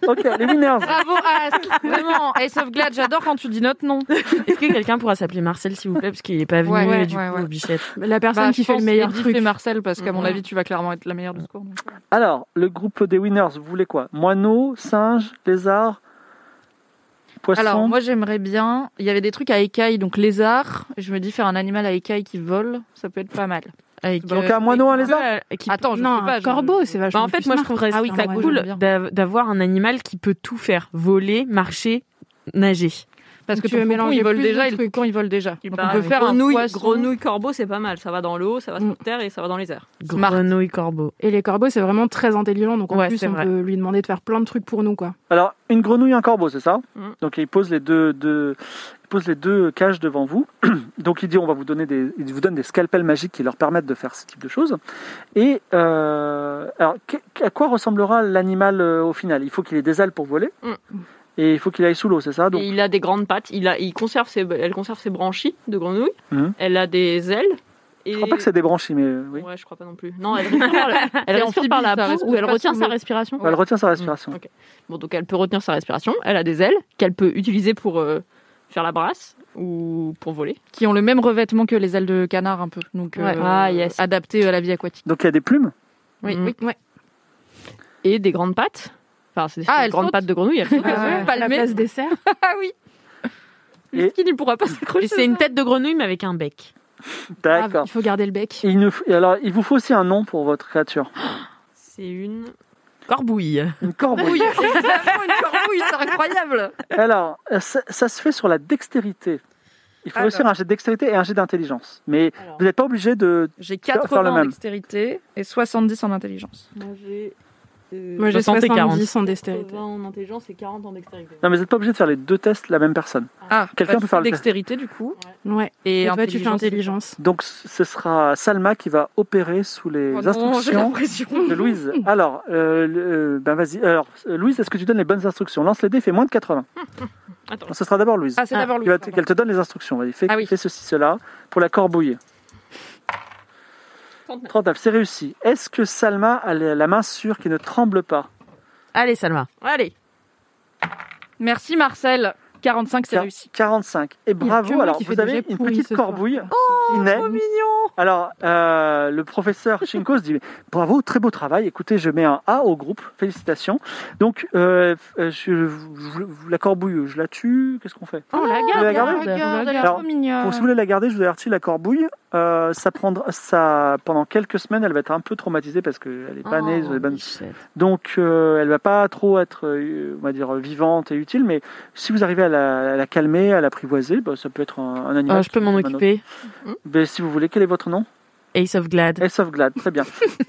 S4: Ok, les winners.
S5: Bravo Ask Ah, Vraiment, Ace of Glad, j'adore quand tu dis notre nom.
S6: Est-ce que quelqu'un pourra s'appeler Marcel, s'il vous plaît, parce qu'il n'est pas venu
S5: Ouais, ouais,
S6: et du
S5: ouais,
S6: coup,
S5: ouais.
S6: bichette.
S2: La personne
S5: Bah,
S2: qui
S5: je
S2: fait le
S5: pense
S2: meilleur
S5: Edith
S2: truc.
S5: et Marcel, parce qu'à mon
S6: Ouais.
S5: avis, tu vas clairement être la meilleure de ce cours. donc.
S4: Alors, le groupe des winners, vous voulez quoi Moineaux, singes, lézards, poissons
S5: Alors, moi j'aimerais bien. Il y avait des trucs à écailles, donc lézard. Je me dis faire un animal à écailles qui vole, ça peut être pas mal.
S6: Avec,
S4: Donc,
S6: euh,
S4: un moineau, un lézard
S6: euh, qui-
S5: Ah, Attends, je
S2: non,
S5: sais pas.
S2: un
S5: je-
S2: corbeau, c'est
S6: Bah,
S2: vachement
S6: en fait,
S2: plus
S6: moi, je
S2: smart.
S6: trouverais
S5: Ah oui,
S6: ça
S5: ça bouge,
S6: cool
S5: j'aime bien.
S6: d'av- d'avoir un animal qui peut tout faire voler, marcher, nager.
S5: Parce que
S2: Tu veux
S5: ton faucon,
S2: mélanger
S5: il vole
S2: plus de
S5: déjà, et le
S2: trucs.
S5: faucon, il vole déjà.
S3: Et
S5: Donc,
S3: bah,
S5: on peut faire un
S3: grenouille,
S5: poisson.
S3: grenouille, corbeau, c'est pas mal. Ça va dans l'eau, ça va
S2: Mm.
S3: sur terre et ça va dans les airs.
S5: Smart.
S6: Grenouille, corbeau.
S2: Et les corbeaux, c'est vraiment très intelligent, donc en
S6: Ouais,
S2: plus,
S6: c'est
S2: on
S6: vrai.
S2: peut lui demander de faire plein de trucs pour nous, quoi.
S4: Alors, une grenouille, un corbeau, c'est ça
S3: Mm.
S4: Donc, il pose les deux, deux- il pose les deux cages devant vous. Donc, il dit, on va vous donner des, il vous donne des scalpels magiques qui leur permettent de faire ce type de choses. Et euh, alors, que- à quoi ressemblera l'animal euh, au final Il faut qu'il ait des ailes pour voler.
S3: Mm.
S4: Et il faut qu'il aille sous l'eau, c'est ça Donc,
S3: Et il a des grandes pattes. Il a, il conserve ses, elle conserve ses branchies de grenouille.
S4: Mhm.
S3: Elle a des ailes. Et...
S4: Je crois pas que c'est des branchies, mais euh, oui.
S3: Ouais, je crois pas non plus. Non, elle respire par la, elle
S5: C'est
S3: respire par la
S5: amphibie, ça,
S3: peau
S5: respire
S3: ou elle
S5: pas
S3: retient
S5: sous
S3: sa
S5: l'eau.
S3: respiration.
S4: Elle retient sa respiration.
S3: Mm. Ok. Bon, donc elle peut retenir sa respiration. Elle a des ailes qu'elle peut utiliser pour euh, faire la brasse ou pour voler.
S5: Qui ont le même revêtement que les ailes de canard, un peu. Donc, euh,
S3: Ouais. Ah, yes.
S5: adapté à la vie aquatique.
S4: Donc, il y a des plumes.
S5: Oui,
S3: Mm.
S5: oui, ouais.
S3: Et des grandes pattes. Enfin, c'est des
S5: Ah, elle
S3: grandes
S5: saute.
S3: pattes de grenouille. Elle saute.
S5: Ah ouais.
S2: Euh, à la
S5: Palmer.
S2: place des cerfs.
S5: Ah oui.
S4: Et-
S5: Miskin, il pourra pas
S6: Et
S5: s'accrocher.
S6: c'est une tête de grenouille, mais avec un bec.
S3: Ah,
S4: D'accord.
S2: Il faut garder le bec.
S4: Il nous- et alors, il vous faut aussi un nom pour votre créature.
S3: C'est une.
S6: Corbouille.
S4: Une corbouille.
S5: Oui, exactement, une corbouille, c'est incroyable.
S4: Alors, euh, ça, ça se fait sur la dextérité. Il faut réussir un jet de dextérité et un jet d'intelligence. Mais vous n'êtes pas obligé de.
S5: J'ai
S4: Faire- faire le
S5: 80 en
S4: même.
S5: dextérité et 70 en intelligence.
S3: Moi j'ai.
S2: Moi, j'ai
S6: 60 et
S2: 70 en
S3: 20
S2: dextérité.
S3: en intelligence et 40 en dextérité.
S4: Non, mais vous n'êtes pas obligé de faire les deux tests la même personne.
S5: Ah,
S4: Quelqu'un peut faire le
S5: dextérité du coup
S2: Ouais.
S5: et,
S2: Et, toi, tu
S5: intelligence.
S2: fais intelligence.
S4: Donc, ce sera Salma qui va opérer sous les
S5: Oh non, j'ai
S4: instructions
S5: l'impression.
S4: de Louise. Alors, euh, le- euh, ben vas-y. Alors, euh, Louise, est-ce que tu donnes les bonnes instructions Lance les dés, fais moins de 80.
S3: Attends.
S4: Ce sera d'abord Louise.
S5: Ah, c'est
S6: Ah,
S5: d'abord
S4: Qui
S5: Louis.
S4: va-
S5: pardon.
S4: Qu'elle te donne les instructions. Vas-y, fais,
S5: Ah oui.
S4: fais ceci, cela pour la corbouille.
S3: 39.
S4: 39, c'est réussi. Est-ce que Salma a la la main sûre qui ne tremble pas
S6: Allez, Salma.
S3: Allez,
S5: Merci Marcel. 45, c'est
S4: Quar-
S5: réussi.
S4: 45. Et
S2: Il y a que
S4: bravo.
S2: moi
S4: Alors,
S2: qui fais
S4: vous
S2: des
S4: avez
S2: jets
S4: une
S2: pourris
S4: petite
S2: ce soir.
S4: corbouille il naît. Alors, euh, le professeur Shinko se dit bravo, très beau travail. Écoutez, je mets un A au groupe, félicitations. Donc, euh, euh, je, je- je- la corbouille, je la tue. Qu'est-ce qu'on fait
S5: Ah, On la
S4: Vous la
S5: garde,
S4: gardez
S5: on la garde, elle est
S4: Alors,
S5: trop mignonne.
S4: Pour- Si vous voulez la garder, je vous avertis, la corbouille, euh, ça prendra, ça, pendant quelques semaines, elle va être un peu traumatisée parce qu'elle n'est pas
S6: Oh,
S4: née. elle est bonne. Donc, euh, elle va pas trop être, euh, on va dire, vivante et utile. Mais si vous arrivez à la, à la calmer, à l'apprivoiser, bah, ça peut être un, un animal.
S6: Euh, je peux m'en
S4: qui- un autre.
S6: occuper.
S4: Mais si vous voulez, quel est votre nom
S6: Ace of Glad.
S4: Ace of Glad, très bien.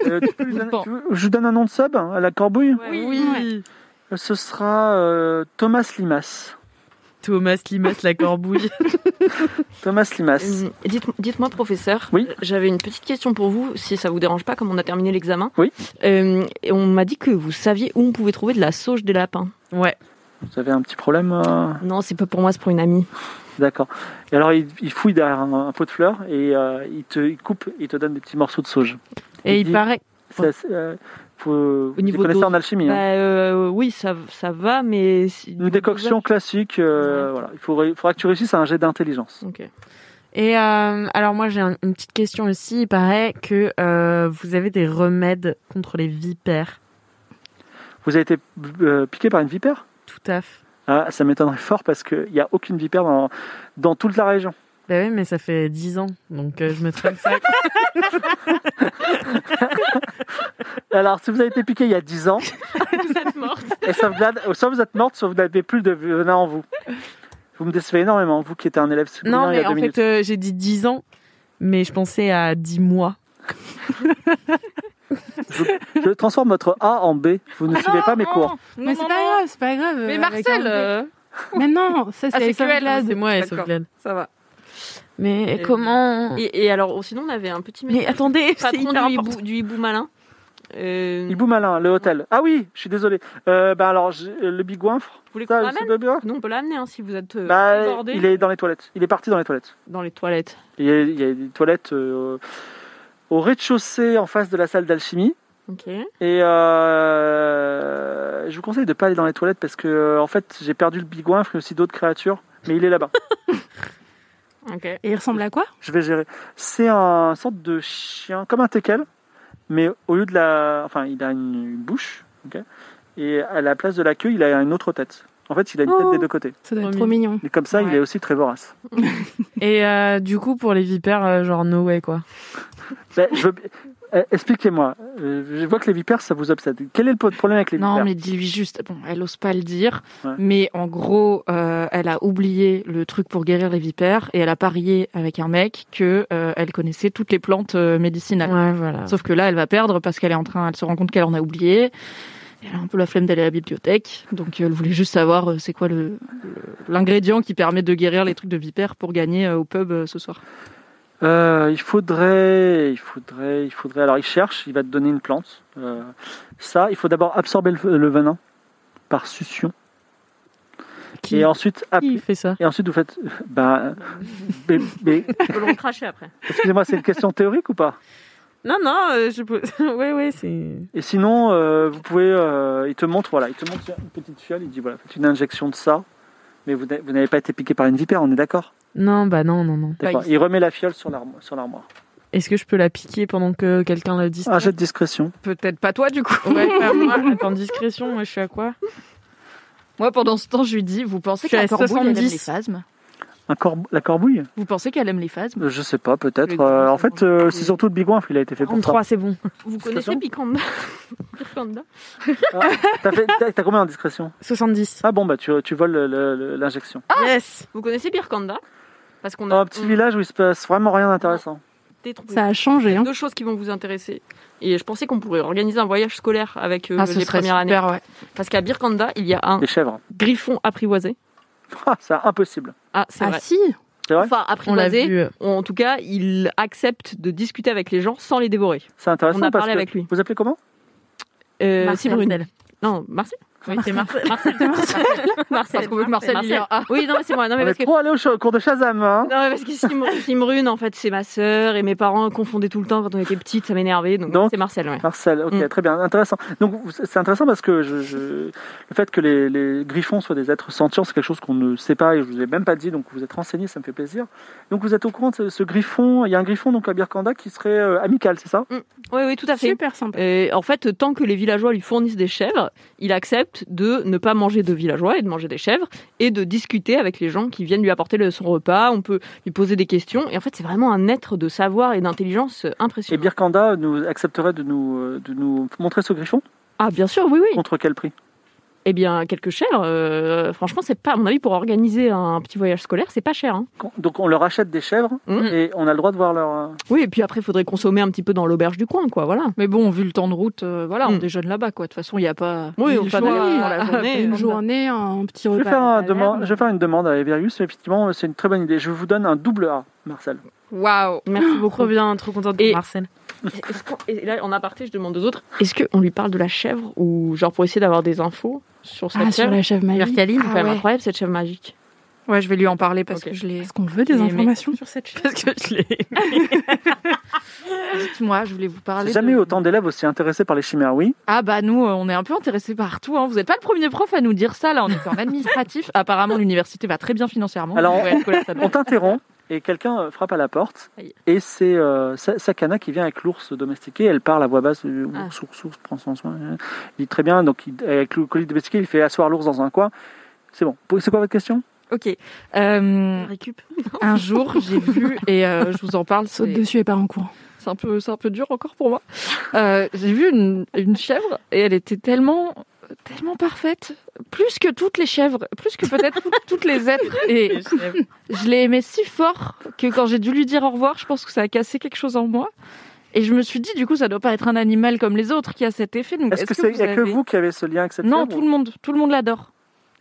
S4: Euh, tu peux lui donner-
S5: Bon.
S4: tu veux- je vous donne un nom de sub hein, à la corbouille.
S5: Oui.
S4: Ce sera euh, Thomas Limas.
S6: Thomas Limas la corbouille.
S4: Thomas Limas.
S7: Hum, dites- Dites-moi, professeur,
S4: Oui.
S7: euh, j'avais une petite question pour vous, si ça vous dérange pas, comme on a terminé l'examen.
S4: Oui.
S7: Euh, et on m'a dit que vous saviez où on pouvait trouver de la sauge des lapins.
S6: ouais.
S4: Vous avez un petit problème euh,
S7: Non, c'est pas pour moi, c'est pour une amie.
S4: D'accord. Et alors, il, il fouille derrière un, un pot de fleurs et euh, il, te, il coupe, il te donne des petits morceaux de sauge.
S6: Et il
S4: dit-
S6: paraît.
S4: C'est assez, euh, faut, vous
S7: niveau
S4: les connaissez
S7: dose.
S4: en alchimie. hein.
S7: Bah, euh, oui, ça, ça va, mais. si-
S4: Une décoction classique. euh, Voilà. Il faudrait- il faudra que tu réussisses à un jet d'intelligence.
S7: Ok.
S6: Et euh, alors moi j'ai un- une petite question aussi. Il paraît que euh, vous avez des remèdes contre les vipères.
S4: Vous avez été euh, piqué par une vipère
S6: Tout à fait.
S4: ah, Ça m'étonnerait fort parce qu'il n'y a aucune vipère dans, dans toute la région.
S6: Bah oui, mais ça fait 10 ans, donc euh, je me traîne ça.
S4: Alors, si vous avez été piqué il y a 10 ans, et ça vous glade- soit vous êtes morte, soit vous n'avez plus de venin en vous. Vous me décevez énormément, vous qui étiez un élève secondaire
S6: non,
S4: il y a
S6: mais
S4: deux
S6: en
S4: minutes.
S6: fait, euh, j'ai dit 10 ans, mais je pensais à 10 mois.
S4: Je transforme votre A en B. Vous ne suivez pas mes cours.
S5: Non,
S2: Mais
S5: non,
S2: c'est pas
S5: non.
S2: grave, c'est pas grave.
S5: Mais
S2: euh, avec
S5: Marcel,
S2: un-
S5: euh,
S2: Mais non, ça
S5: Ah,
S2: c'est
S5: c'est
S2: Ace of
S5: que elle,
S2: Glad.
S6: C'est moi, elle
S5: D'accord.
S6: sauvegarde.
S5: ça va.
S6: Mais
S7: Et-
S6: comment
S7: Et, et alors, sinon, on avait un petit
S6: Mais attendez, c'est
S7: patron
S6: hyper
S7: du
S6: important.
S7: hibou, du hibou malin. Euh,
S4: Hibou malin, le hôtel. Ah oui, je suis désolé. Euh, bah alors, j'ai- le bigouinfre.
S7: Vous voulez qu'on
S4: ça,
S7: l'amène
S4: c'est pas
S6: Euh,
S4: bien.
S7: Nous, on peut l'amener hein, si vous êtes euh,
S4: Bah,
S7: débordés.
S4: il est dans les toilettes. Il est parti dans les toilettes.
S7: dans les toilettes.
S4: Il y a, il y a des toilettes euh, au rez-de-chaussée en face de la salle d'alchimie.
S7: Ok.
S4: Et euh, je vous conseille de ne pas aller dans les toilettes parce que, euh, en fait, j'ai perdu le bigouinfre et aussi d'autres créatures. Mais il est là-bas.
S7: Ok.
S2: Et il ressemble à quoi
S4: je vais gérer. C'est un sorte de chien, comme un teckel, mais au lieu de la. Enfin, il a une, une bouche, ok et à la place de la queue, il a une autre tête. En fait, il a une tête
S2: Oh.
S4: des deux côtés.
S2: Ça doit
S6: Trop
S2: être trop mignon.
S4: Et comme ça, il
S6: Ouais.
S4: est aussi très vorace.
S6: Et euh, du coup, pour les vipères, euh, genre no way quoi.
S4: Ben, je veux- Eh, Expliquez-moi. Euh, Je vois que les vipères, ça vous obsède. Quel est le po- problème avec les
S5: Non,
S4: vipères
S5: mais dis-lui juste. Bon, elle ose pas le dire,
S4: Ouais.
S5: mais en gros, euh, elle a oublié le truc pour guérir les vipères et elle a parié avec un mec que euh, elle connaissait toutes les plantes euh, médicinales.
S6: Ouais, voilà.
S5: Sauf que là, elle va perdre parce qu'elle est en train, elle se rend compte qu'elle en a oublié. Et Elle a un peu la flemme d'aller à la bibliothèque, donc euh, elle voulait juste savoir euh, c'est quoi le le- l'ingrédient qui permet de guérir les trucs de vipères pour gagner euh, au pub euh, ce soir.
S4: Euh, il faudrait, il faudrait, il faudrait. Alors, il cherche. Il va te donner une plante. Euh, ça, il faut d'abord absorber le, le venin par succion,
S6: Qui,
S4: et ensuite
S6: qui
S4: appliquer.
S6: fait ça
S4: Et ensuite, vous faites. Bah, bé- bé-
S7: On peut le recracher après.
S4: Excusez-moi, c'est une question théorique ou pas
S6: Non, non, euh, je peux. ouais, ouais, c'est.
S4: Et sinon, euh, vous pouvez. euh, il te montre, voilà, il te montre une petite fiole, il dit voilà, faites une injection de ça. Mais vous n'a- vous n'avez pas été piqué par une vipère, on est d'accord
S6: Non, bah non, non, non.
S4: D'accord.
S5: Bah,
S4: Il remet la fiole sur l'armo- sur l'armoire.
S6: Est-ce que je peux la piquer pendant que quelqu'un la distrait
S4: Un jet de discrétion.
S5: Peut-être pas toi du coup.
S6: Ouais, pas moi. Attends, discrétion, moi je suis à quoi
S5: Moi, pendant ce temps, je lui dis vous pensez
S6: Je suis à
S5: que la corbouille elle aime
S6: 70.
S5: les phasmes
S4: Un corbe- la corbouille
S5: Vous pensez qu'elle aime les phasmes
S4: Euh, Je sais pas, peut-être.
S5: Le
S4: Euh, en
S5: bigouin,
S4: fait, euh, c'est surtout le bigouinfre, il a été fait pour ça.
S6: 43, c'est bon.
S7: Vous
S4: Discrétion.
S7: connaissez Picanda Picanda
S4: T'as fait- t'as- t'as combien en discrétion
S6: 70.
S4: Ah bon, bah tu, tu voles le- le- le- l'injection.
S6: yes
S7: Vous connaissez Birkanda Parce qu'on
S4: Dans
S7: a
S4: un petit
S7: on-
S4: village où il se passe vraiment rien d'intéressant.
S7: t'es trompé.
S2: Ça a changé. Hein.
S7: Deux choses qui vont vous intéresser. Et je pensais qu'on pourrait organiser un voyage scolaire avec euh,
S5: Ah, ce
S7: les
S5: serait
S7: premières années.
S5: super, ouais.
S7: Parce qu'à Birkanda, il y a un
S4: Les chèvres.
S7: griffon apprivoisé.
S4: Ah, c'est impossible.
S7: Ah, c'est
S2: Ah
S7: vrai.
S2: si
S4: ouais.
S7: Enfin,
S6: On l'a
S7: apprivoisé.
S6: vu. euh,
S7: Ou en tout cas, il accepte de discuter avec les gens sans les dévorer.
S4: C'est intéressant
S7: On a
S4: parce
S7: parlé
S4: que-
S7: avec lui.
S4: Vous appelez comment
S7: Euh,
S6: Marcel.
S7: Cybruno. Non, Marcel
S6: Oui, c'est Marcel.
S7: Marcel,
S5: Parce qu'on veut que Marcel, Ah. il y a un A.
S7: Oui, non, mais c'est moi. Non,
S4: On
S7: mais
S4: est
S7: parce que
S4: trop allé au cho- cours de Shazam. hein.
S7: Non, mais parce que Sim- Simrune, en fait, c'est ma sœur et mes parents confondaient tout le temps quand on était petite, ça m'énervait. Donc,
S4: Donc-
S7: c'est Marcel, ouais.
S4: Marcel, ok,
S7: Mm.
S4: très bien, intéressant. Donc vous- c'est intéressant parce que je, je- le fait que les, les griffons soient des êtres sentients, c'est quelque chose qu'on ne sait pas et je vous ai même pas dit, donc vous êtes renseigné, ça me fait plaisir. Donc vous êtes au courant de ce, ce griffon, il y a un griffon donc à Birkanda qui serait euh, amical, c'est ça
S7: Oui, oui, tout à fait.
S2: Super sympa.
S7: Et en fait, tant que les villageois lui fournissent des chèvres, il accepte de ne pas manger de villageois et de manger des chèvres et de discuter avec les gens qui viennent lui apporter le- son repas. On peut lui poser des questions. Et en fait, c'est vraiment un être de savoir et d'intelligence
S4: Et
S7: impressionnant.
S4: Birkanda nous accepterait de nous, euh, de nous montrer ce griffon
S7: Ah, bien sûr, oui, oui.
S4: Contre quel prix
S7: Eh bien, quelques chèvres, euh, franchement, c'est pas, à mon avis, pour organiser un petit voyage scolaire, c'est pas cher. hein.
S4: Quand- Donc on leur achète des chèvres
S7: Mm.
S4: et on a le droit de voir leur... euh,
S7: Oui, et puis après, il faudrait consommer un petit peu dans l'auberge du coin, quoi, voilà.
S5: Mais bon, vu le temps de route, euh, voilà, on
S7: Mm.
S5: déjeune là-bas, quoi. De toute façon, il n'y a pas.
S7: Oui,
S5: mille
S7: on fait
S5: choix
S7: des-
S5: à-
S7: la
S5: à-
S7: journée. hein.
S2: Une journée, un petit
S4: Je
S2: repas.
S4: vais,
S7: bah,
S4: faire
S2: à
S4: un
S2: la
S4: demande,
S2: taverne.
S4: je vais faire une demande à Everius, effectivement c'est une très bonne idée. Je vous donne un double A, Marcel.
S5: Waouh
S7: Merci beaucoup.
S6: Trop bien, trop contente pour
S7: Et-
S6: Marcel.
S7: Est-ce qu'on- Ah, Et là, en aparté, je demande aux autres, est-ce qu'on lui parle de la chèvre ou genre pour essayer d'avoir des infos sur cette
S2: Ah, sur
S7: chèvre Ah
S2: la chèvre magique.
S5: Mercaline.
S7: C'est quand même
S5: ouais.
S7: incroyable cette chèvre magique.
S5: Ouais, je vais lui en parler parce
S7: Ok.
S5: que je l'ai.
S2: Est-ce qu'on veut des
S5: Mais-
S2: informations sur cette chèvre
S6: Parce que je l'ai.
S5: Dites-moi, je voulais vous parler.
S4: J'ai jamais
S5: de-
S4: eu autant d'élèves aussi intéressés par les chimères, oui.
S5: Ah bah nous, euh, on est un peu intéressés partout. Hein. Vous n'êtes pas le premier prof à nous dire ça. Là, on est en administratif. Apparemment, l'université va très bien financièrement.
S4: Alors,
S5: Ouais, Nicolas, ça doit-
S4: On t'interrompt et quelqu'un euh, frappe à la porte
S5: Aïe.
S4: et c'est euh, Sa- Sakana qui vient avec l'ours domestiqué. Elle parle à voix basse, euh,
S7: Ah.
S4: ours, ours, ours, prends son soin. euh. Il dit très bien, donc il- avec le colis domestiqué, il fait asseoir l'ours dans un coin. C'est bon. C'est quoi votre question
S5: ok. Euh,
S7: Récup.
S5: un jour, j'ai vu et euh, je vous en parle.
S2: Saute
S5: c'est-
S2: dessus et part en courant.
S5: C'est un peu, c'est un peu dur encore pour moi. Euh, j'ai vu une, une chèvre et elle était tellement, tellement parfaite, plus que toutes les chèvres, plus que peut-être tout- toutes les êtres. Et je l'ai aimée si fort que quand j'ai dû lui dire au revoir, je pense que ça a cassé quelque chose en moi. Et je me suis dit, du coup, ça doit pas être un animal comme les autres qui a cet effet. Donc,
S4: Est-ce que c'est y a que
S5: avez-
S4: vous qui avez ce lien avec cette
S5: Non,
S4: chèvre
S5: tout le monde, tout le monde l'adore.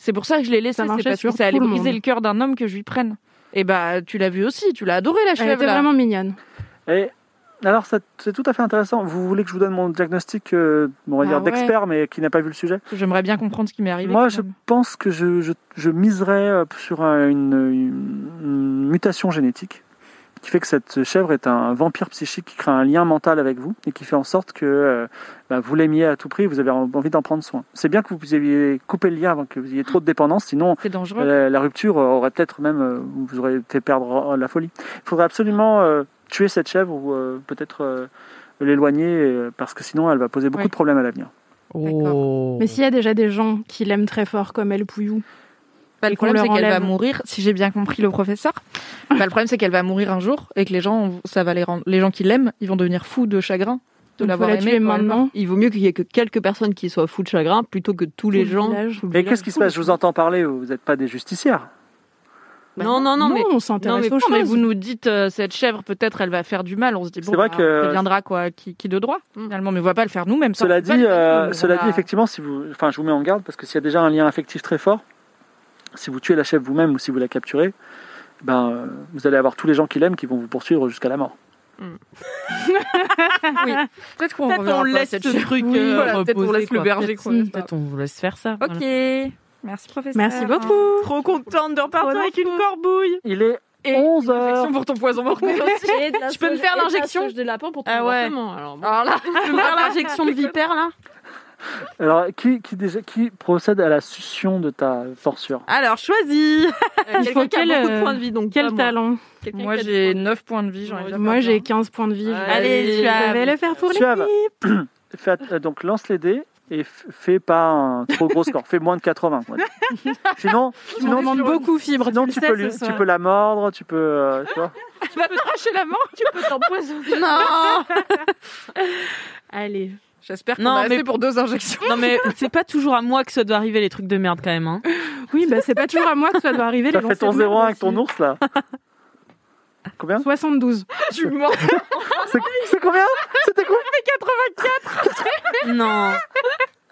S5: C'est pour ça que je l'ai laissée.
S2: Ça
S5: C'est
S2: marchait
S5: parce que
S2: sur
S5: ça allait
S2: tout le
S5: briser
S2: monde.
S5: le cœur d'un homme que je lui prenne. Et bah, tu l'as vu aussi, tu l'as adorée la
S2: Elle
S5: chèvre.
S2: était
S5: là.
S2: vraiment mignonne.
S4: Et alors, ça- c'est tout à fait intéressant. Vous voulez que je vous donne mon diagnostic, euh, on va
S5: Ah
S4: dire
S5: ouais.
S4: d'expert, mais qui n'a pas vu le sujet
S5: J'aimerais bien comprendre ce qui m'est arrivé.
S4: Moi,
S5: quand
S4: je
S5: même.
S4: pense que je, je, je miserais euh, sur euh, une, une- une mutation génétique qui fait que cette chèvre est un vampire psychique qui crée un lien mental avec vous et qui fait en sorte que euh, bah, vous l'aimiez à tout prix et vous avez en- envie d'en prendre soin. C'est bien que vous ayez coupé le lien avant que vous ayez trop de dépendance, sinon
S5: C'est dangereux.
S4: la, la rupture aurait peut-être même, euh, vous aurez été perdre la folie. Il faudrait absolument euh, tuer cette chèvre ou euh, peut-être euh, l'éloigner euh, parce que sinon elle va poser beaucoup
S5: Ouais.
S4: de problèmes à l'avenir. Oh.
S2: Mais s'il y a déjà des gens qui l'aiment très fort, comme El Pouillou,
S5: Bah,
S2: Et
S5: le
S2: qu'on
S5: problème,
S2: leur
S5: c'est qu'elle va
S2: enlève.
S5: mourir, si j'ai bien compris le professeur. Bah, le problème, c'est qu'elle va mourir un jour et que les gens, ça va les rendre, les gens qui l'aiment, ils vont devenir fous de chagrin de
S2: Donc,
S5: l'avoir
S2: faut la
S5: aimée.
S2: tuer
S5: quand elle meurt.
S2: maintenant.
S7: Il vaut mieux qu'il y ait que quelques personnes qui soient fous de chagrin plutôt que tous les
S2: Tout le
S7: gens.
S2: village.
S4: Mais qu'est-ce qui se passe Je vous entends parler, vous n'êtes pas des justicières.
S7: Non, non, non, mais
S2: on
S7: non, mais
S2: s'intéresse aux
S5: Non, mais
S2: choses.
S5: vous nous dites, euh, cette chèvre, peut-être, elle va faire du mal. On se dit, bon,
S4: C'est vrai
S5: bah,
S4: que-
S5: on préviendra, quoi, qui, qui de droit,
S7: Mm.
S5: finalement, mais on va pas le faire nous-mêmes. ça, on
S4: Cela
S5: peut pas
S4: dit,
S5: le faire
S4: euh,
S5: nous-mêmes,
S4: cela
S5: on
S4: dit,
S5: a-
S4: effectivement, si vous, enfin, je vous mets en garde parce que s'il y a déjà un lien affectif très fort, si vous tuez la chèvre vous-même ou si vous la capturez, ben, euh, vous allez avoir tous les gens qui l'aiment qui vont vous poursuivre jusqu'à la mort.
S5: Peut-être qu'on
S6: Peut-être
S5: reviendra
S6: on
S5: pas à
S6: laisse
S5: cette
S6: ce
S5: chèvre.
S6: truc,
S5: Oui,
S6: euh,
S5: voilà, peut-être on
S6: reposer,
S5: laisse le
S6: quoi.
S5: berger
S2: Hmm.
S5: qu'on
S6: Peut-être on vous laisse faire ça. voilà.
S5: Ok. Merci, professeur.
S2: Merci
S5: Euh,
S2: beaucoup.
S6: Trop contente de repartir
S2: Voilà.
S6: avec une corbouille.
S4: Il est
S5: Et
S4: 11 heures.
S5: Injection pour ton poison mort.
S7: Je
S5: peux me faire l'injection
S7: de lapin pour ton
S6: Ah ouais.
S7: appartement, alors bon.
S5: Alors là,
S7: Tu peux me faire l'injection de vipère là
S4: Alors, qui, qui, déjà, qui procède à la succion de ta morsure
S6: Alors, choisis.
S7: Il faut quel
S2: quel,
S7: beaucoup de
S2: euh,
S7: points de vie donc pas
S2: Quel
S7: moi.
S2: talent
S7: Quelqu'un
S5: moi
S7: qui a des
S5: j'ai
S7: points
S5: 9 points de vie, j'en ai déjà
S2: Moi,
S5: perdu
S2: j'ai
S5: un.
S2: 15 points de vie.
S6: Allez,
S2: je
S6: Suave.
S2: vais le faire pour les
S4: Suave.
S2: filles.
S4: Fais att- euh, Donc, lance les dés et f- fais pas un trop gros score. Fais moins de 80. quoi. sinon,
S2: Tu m'en
S4: sinon,
S2: demandes beaucoup, Fibre.
S4: sinon,
S2: le
S4: tu,
S2: sais,
S4: peux,
S2: ce
S4: lui- tu
S2: soir.
S4: peux la mordre, tu peux. euh, tu vois.
S5: Tu vas t'arracher la main
S7: de vie. Tu peux t'empoisonner.
S5: Non
S2: Allez.
S5: J'espère qu'on
S6: Non,
S5: a assez
S6: mais-
S5: pour deux injections.
S6: Non mais c'est pas toujours à moi que ça doit arriver les trucs de merde quand même. Hein.
S2: Oui, bah, c'est pas toujours à moi que ça doit arriver.
S4: T'as
S2: les
S4: fait ton
S2: lancers de
S4: 0-1
S2: merde
S4: avec ton
S2: aussi.
S4: ours là Combien
S2: 72.
S5: Tu mens.
S4: C'est c'est combien C'était combien
S6: Non.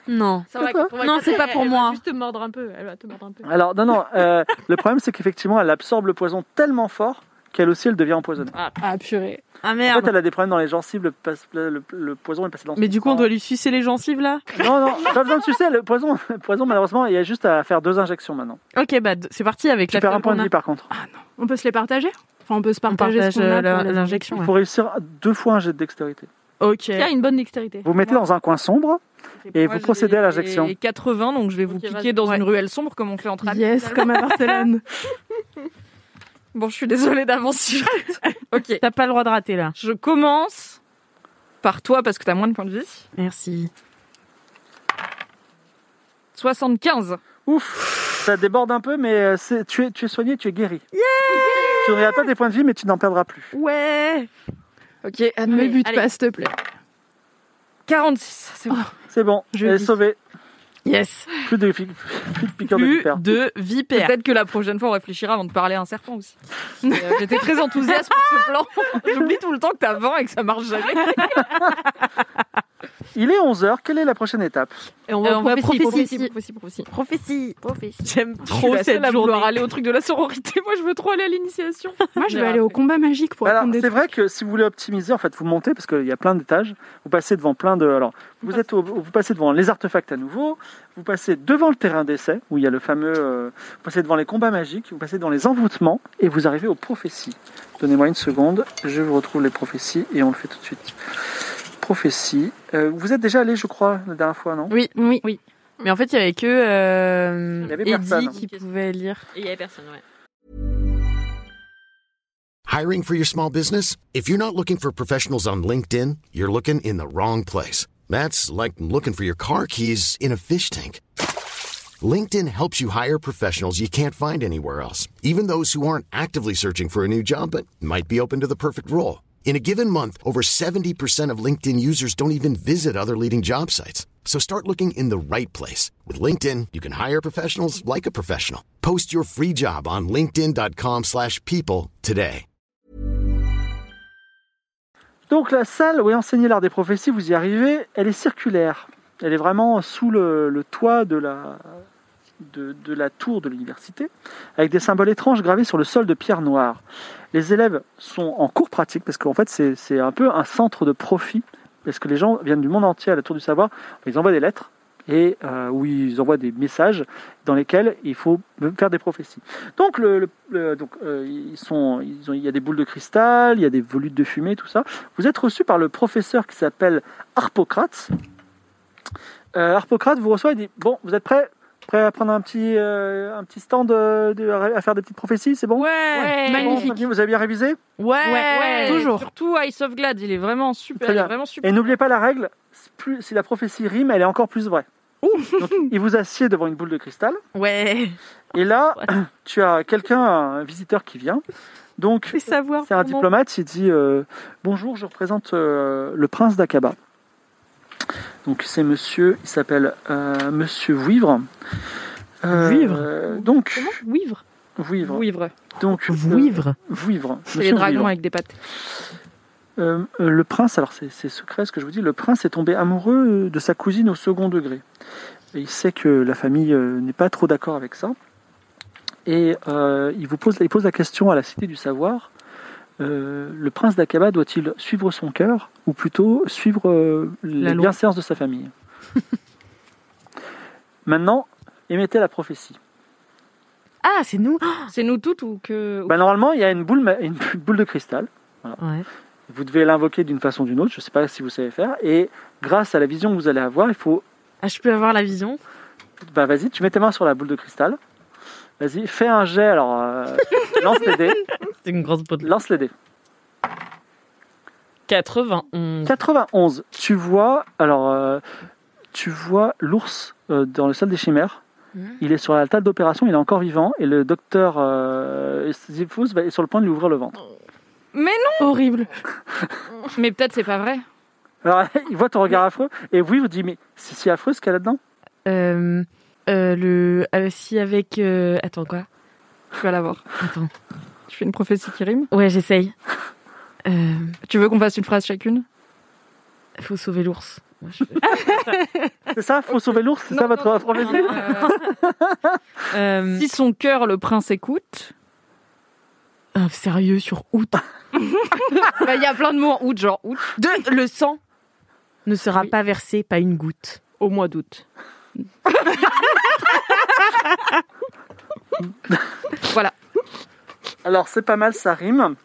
S6: Non.
S7: Ça va,
S4: Pourquoi
S7: pour moi,
S6: Non, c'est
S7: elle-
S6: pas pour
S7: elle
S6: moi.
S7: Va juste te mordre un peu. Elle va te mordre un peu.
S4: Alors, non, non, euh, le problème c'est qu'effectivement, elle absorbe le poison tellement fort qu'elle aussi, elle devient empoisonnée.
S2: Ah, purée.
S6: Ah
S4: En fait,
S6: merde.
S4: elle a des problèmes dans les gencives, le, pas- le- le poison est passé dans son
S6: Mais du coup, on
S4: sang.
S6: doit lui sucer les gencives là
S4: Non, non, pas besoin de sucer, le poison, le poison, malheureusement, il y a juste à faire deux injections maintenant.
S6: Ok, bah d- c'est parti avec
S4: Tu
S6: la
S4: perds un
S6: fièvre
S4: point
S6: qu'on
S4: de
S6: a.
S4: vie par contre.
S2: On peut se les partager Enfin, on peut se
S6: On
S2: partager
S6: partage
S2: ce qu'on a
S6: euh, la-
S2: pour les
S6: l'injection.
S4: Il
S6: ouais.
S4: faut réussir deux fois un jet de dextérité.
S6: Ok.
S7: Il y a une bonne dextérité.
S4: Vous mettez dans un coin sombre et vous procédez à l'injection.
S8: J'ai 80, donc je vais vous
S7: Ok,
S8: piquer
S7: vas-y.
S8: dans
S6: Ouais.
S8: une ruelle sombre comme on fait entre amis.
S2: Yes, comme à Barcelone.
S8: Bon, je suis désolée d'avance. si je- ok,
S6: T'as pas le droit de rater là.
S8: je commence par toi parce que t'as moins de points de vie.
S6: Merci.
S8: 75.
S4: Ouf, ça déborde un peu, mais euh, c'est- tu es, tu es soigné, tu es guéri. tu n'auras pas des points de vie, mais tu n'en perdras plus.
S6: Ouais.
S8: Ok,
S2: Ne
S8: admet,
S2: me bute
S8: allez,
S2: pas, s'il te plaît.
S8: 46. C'est bon.
S4: C'est bon,
S2: Je
S4: elle est
S2: vis.
S4: sauvée.
S6: Yes.
S4: Plus de, fi- plus de piqueurs de
S6: Plus
S4: vipères.
S6: de vipère.
S8: Peut-être que la prochaine fois, on réfléchira avant de parler à un serpent aussi. Mais, euh, J'étais très enthousiaste pour ce plan. J'oublie tout le temps que t'as 20 et que ça marche jamais.
S4: Il est 11h, quelle est la prochaine étape
S7: Et on va
S8: Euh, on va
S7: prophétie,
S8: prophétie,
S7: prophétie,
S8: prophétie, prophétie.
S6: Prophétie.
S7: prophétie.
S6: J'aime
S8: Je suis
S6: trop
S8: la seule
S6: cette
S8: à
S6: journée.
S8: vouloir aller au truc de la sororité. Moi, je veux trop aller à l'initiation.
S2: Moi, je vais aller au combat magique pour
S4: Alors,
S2: apprendre des
S4: c'est vrai que si vous voulez optimiser, en fait, vous montez parce qu'il y a plein d'étages. Vous passez devant plein de. Alors, vous êtes, au- vous passez devant les artefacts à nouveau. Vous passez devant le terrain d'essai où il y a le fameux. euh, vous passez devant les combats magiques. Vous passez devant les envoûtements et vous arrivez aux prophéties. Donnez-moi une seconde. Je vous retrouve les prophéties et on le fait tout de suite. Prophéties. Euh, vous êtes déjà allé, je crois, la dernière fois, non
S6: Oui,
S8: Oui.
S6: oui. Mais en fait, il y avait que euh,
S4: Il y avait
S6: Eddie
S4: personne.
S6: qui pouvait lire.
S7: Et il y avait personne, ouais.
S9: Hiring for your small business? If you're not looking for professionals on LinkedIn, you're looking in the wrong place. That's like looking for your car keys in a fish tank. LinkedIn helps you hire professionals you can't find anywhere else, even those who aren't actively searching for a new job but might be open to the perfect role. In a given month, over 70% of LinkedIn users don't even visit other leading job sites. So start looking in the right place. With LinkedIn, you can hire professionals like a professional. Post your free job on linkedin.com/people slash people today.
S4: Donc la salle où est enseigné l'art des prophéties, vous y arrivez, elle est circulaire. Elle est vraiment sous le, le toit de la, de, de la tour de l'université, avec des symboles étranges gravés sur le sol de pierre noire. Les élèves sont en cours pratique, parce qu'en fait c'est c'est un peu un centre de profit, parce que les gens viennent du monde entier à la tour du savoir, ils envoient des lettres. Et euh, où ils envoient des messages dans lesquels il faut faire des prophéties. Donc, le, le- le- donc euh, ils sont, ils ont, il y a des boules de cristal, il y a des volutes de fumée, tout ça. Vous êtes reçu par le professeur qui s'appelle Harpocrate. Euh, Harpocrate vous reçoit et dit Bon, vous êtes prêts Prêts à prendre un petit, euh, un petit stand euh, de- à faire des petites prophéties C'est bon
S8: Ouais,
S4: C'est bon,
S8: magnifique.
S4: Sophie, Vous avez bien révisé
S8: Ouais,
S6: Ouais, ouais.
S8: toujours. Surtout Ice of Glad, il est vraiment super.
S4: Très
S8: Il
S4: bien.
S8: est vraiment super.
S4: Et n'oubliez pas la règle plus, si la prophétie rime, elle est encore plus vraie. Donc, il vous assied devant une boule de cristal.
S6: Ouais.
S4: Et là, tu as quelqu'un, un visiteur qui vient. Donc,
S6: Fais savoir.
S4: C'est un
S6: comment.
S4: diplomate, il dit euh, Bonjour, je représente euh, le prince d'Akaba. Donc c'est monsieur, il s'appelle euh, monsieur Vouivre. Euh,
S6: Vouivre
S4: Donc,
S7: Comment Ouivre
S4: Vouivre.
S8: Vouivre.
S4: Donc, euh,
S6: Vouivre.
S4: Vouivre.
S8: C'est les
S4: monsieur
S8: dragons
S4: Vouivre.
S8: avec des pattes.
S4: Euh, euh, le prince, alors c'est c'est secret ce que je vous dis, le prince est tombé amoureux de sa cousine au second degré. Et il sait que la famille euh, n'est pas trop d'accord avec ça. Et euh, il vous pose, il pose la question à la Cité du Savoir. euh, le prince d'Akaba doit-il suivre son cœur ou plutôt suivre euh,
S6: La
S4: les
S6: loi.
S4: bienséances de sa famille Maintenant, émettez la prophétie.
S6: Ah, c'est nous.
S8: C'est nous toutes ou que.
S4: Bah, normalement, il y a une boule, ma- une boule de cristal. Voilà.
S6: Ouais.
S4: Vous devez l'invoquer d'une façon ou d'une autre, je ne sais pas si vous savez faire. Et grâce à la vision que vous allez avoir, il faut.
S6: Ah, je peux avoir la vision.
S4: Bah, vas-y, tu mets tes mains sur la boule de cristal. Vas-y, fais un jet. Alors, euh, lance les dés.
S6: C'est une grosse botte.
S4: Lance les dés.
S6: Mm.
S8: 91.
S4: 91. Tu vois. Alors, euh, tu vois l'ours euh, dans le salle des chimères.
S6: Mm.
S4: Il est sur la table d'opération, il est encore vivant. Et le docteur euh, Zipfus va- est sur le point de lui ouvrir le ventre.
S2: horribles.
S8: Mais peut-être c'est pas vrai.
S4: Alors, il voit ton regard affreux. Et oui, vous dit Mais c'est si affreux ce qu'il y a là-dedans
S6: Euh, euh, le. euh, si avec. euh, Attends quoi
S8: Tu vas l'avoir.
S6: Attends.
S8: Je fais une prophétie qui rime.
S6: Ouais, j'essaye. Euh,
S8: Tu veux qu'on fasse une phrase chacune
S6: faut sauver l'ours. Moi, je-
S4: C'est ça, faut sauver l'ours, c'est
S8: Non,
S4: ça votre
S8: non, non,
S4: prophétie
S8: non, non, euh,
S6: Euh,
S8: Si son cœur, le prince écoute.
S6: Ah, sérieux, sur août
S8: Il
S5: bah,
S8: y a plein de mots en août, genre août.
S6: de, Le sang ne sera pas versé, pas une goutte.
S7: au mois d'août.
S4: Alors, c'est pas mal, ça rime.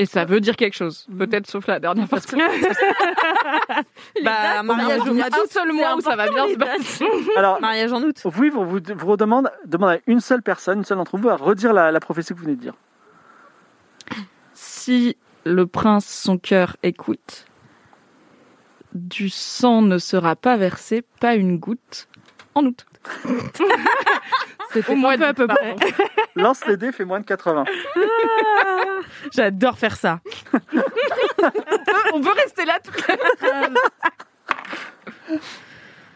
S7: Et ça veut dire quelque chose,
S8: Mm.
S7: peut-être sauf la dernière partie.
S8: Bah, mariage au mois d'août, seul mois où ça va bien se passer.
S4: Alors,
S8: Mariage en août.
S4: vous, vous, vous, vous redemande, demandez à une seule personne, une seule d'entre vous, à redire la, la prophétie que vous venez de dire.
S5: Si le prince son cœur écoute, du sang ne sera pas versé, pas une goutte, en août.
S6: Au mois à peu près.
S4: Lance les dés, fait moins de 80.
S6: J'adore faire ça.
S8: On peut rester là toute la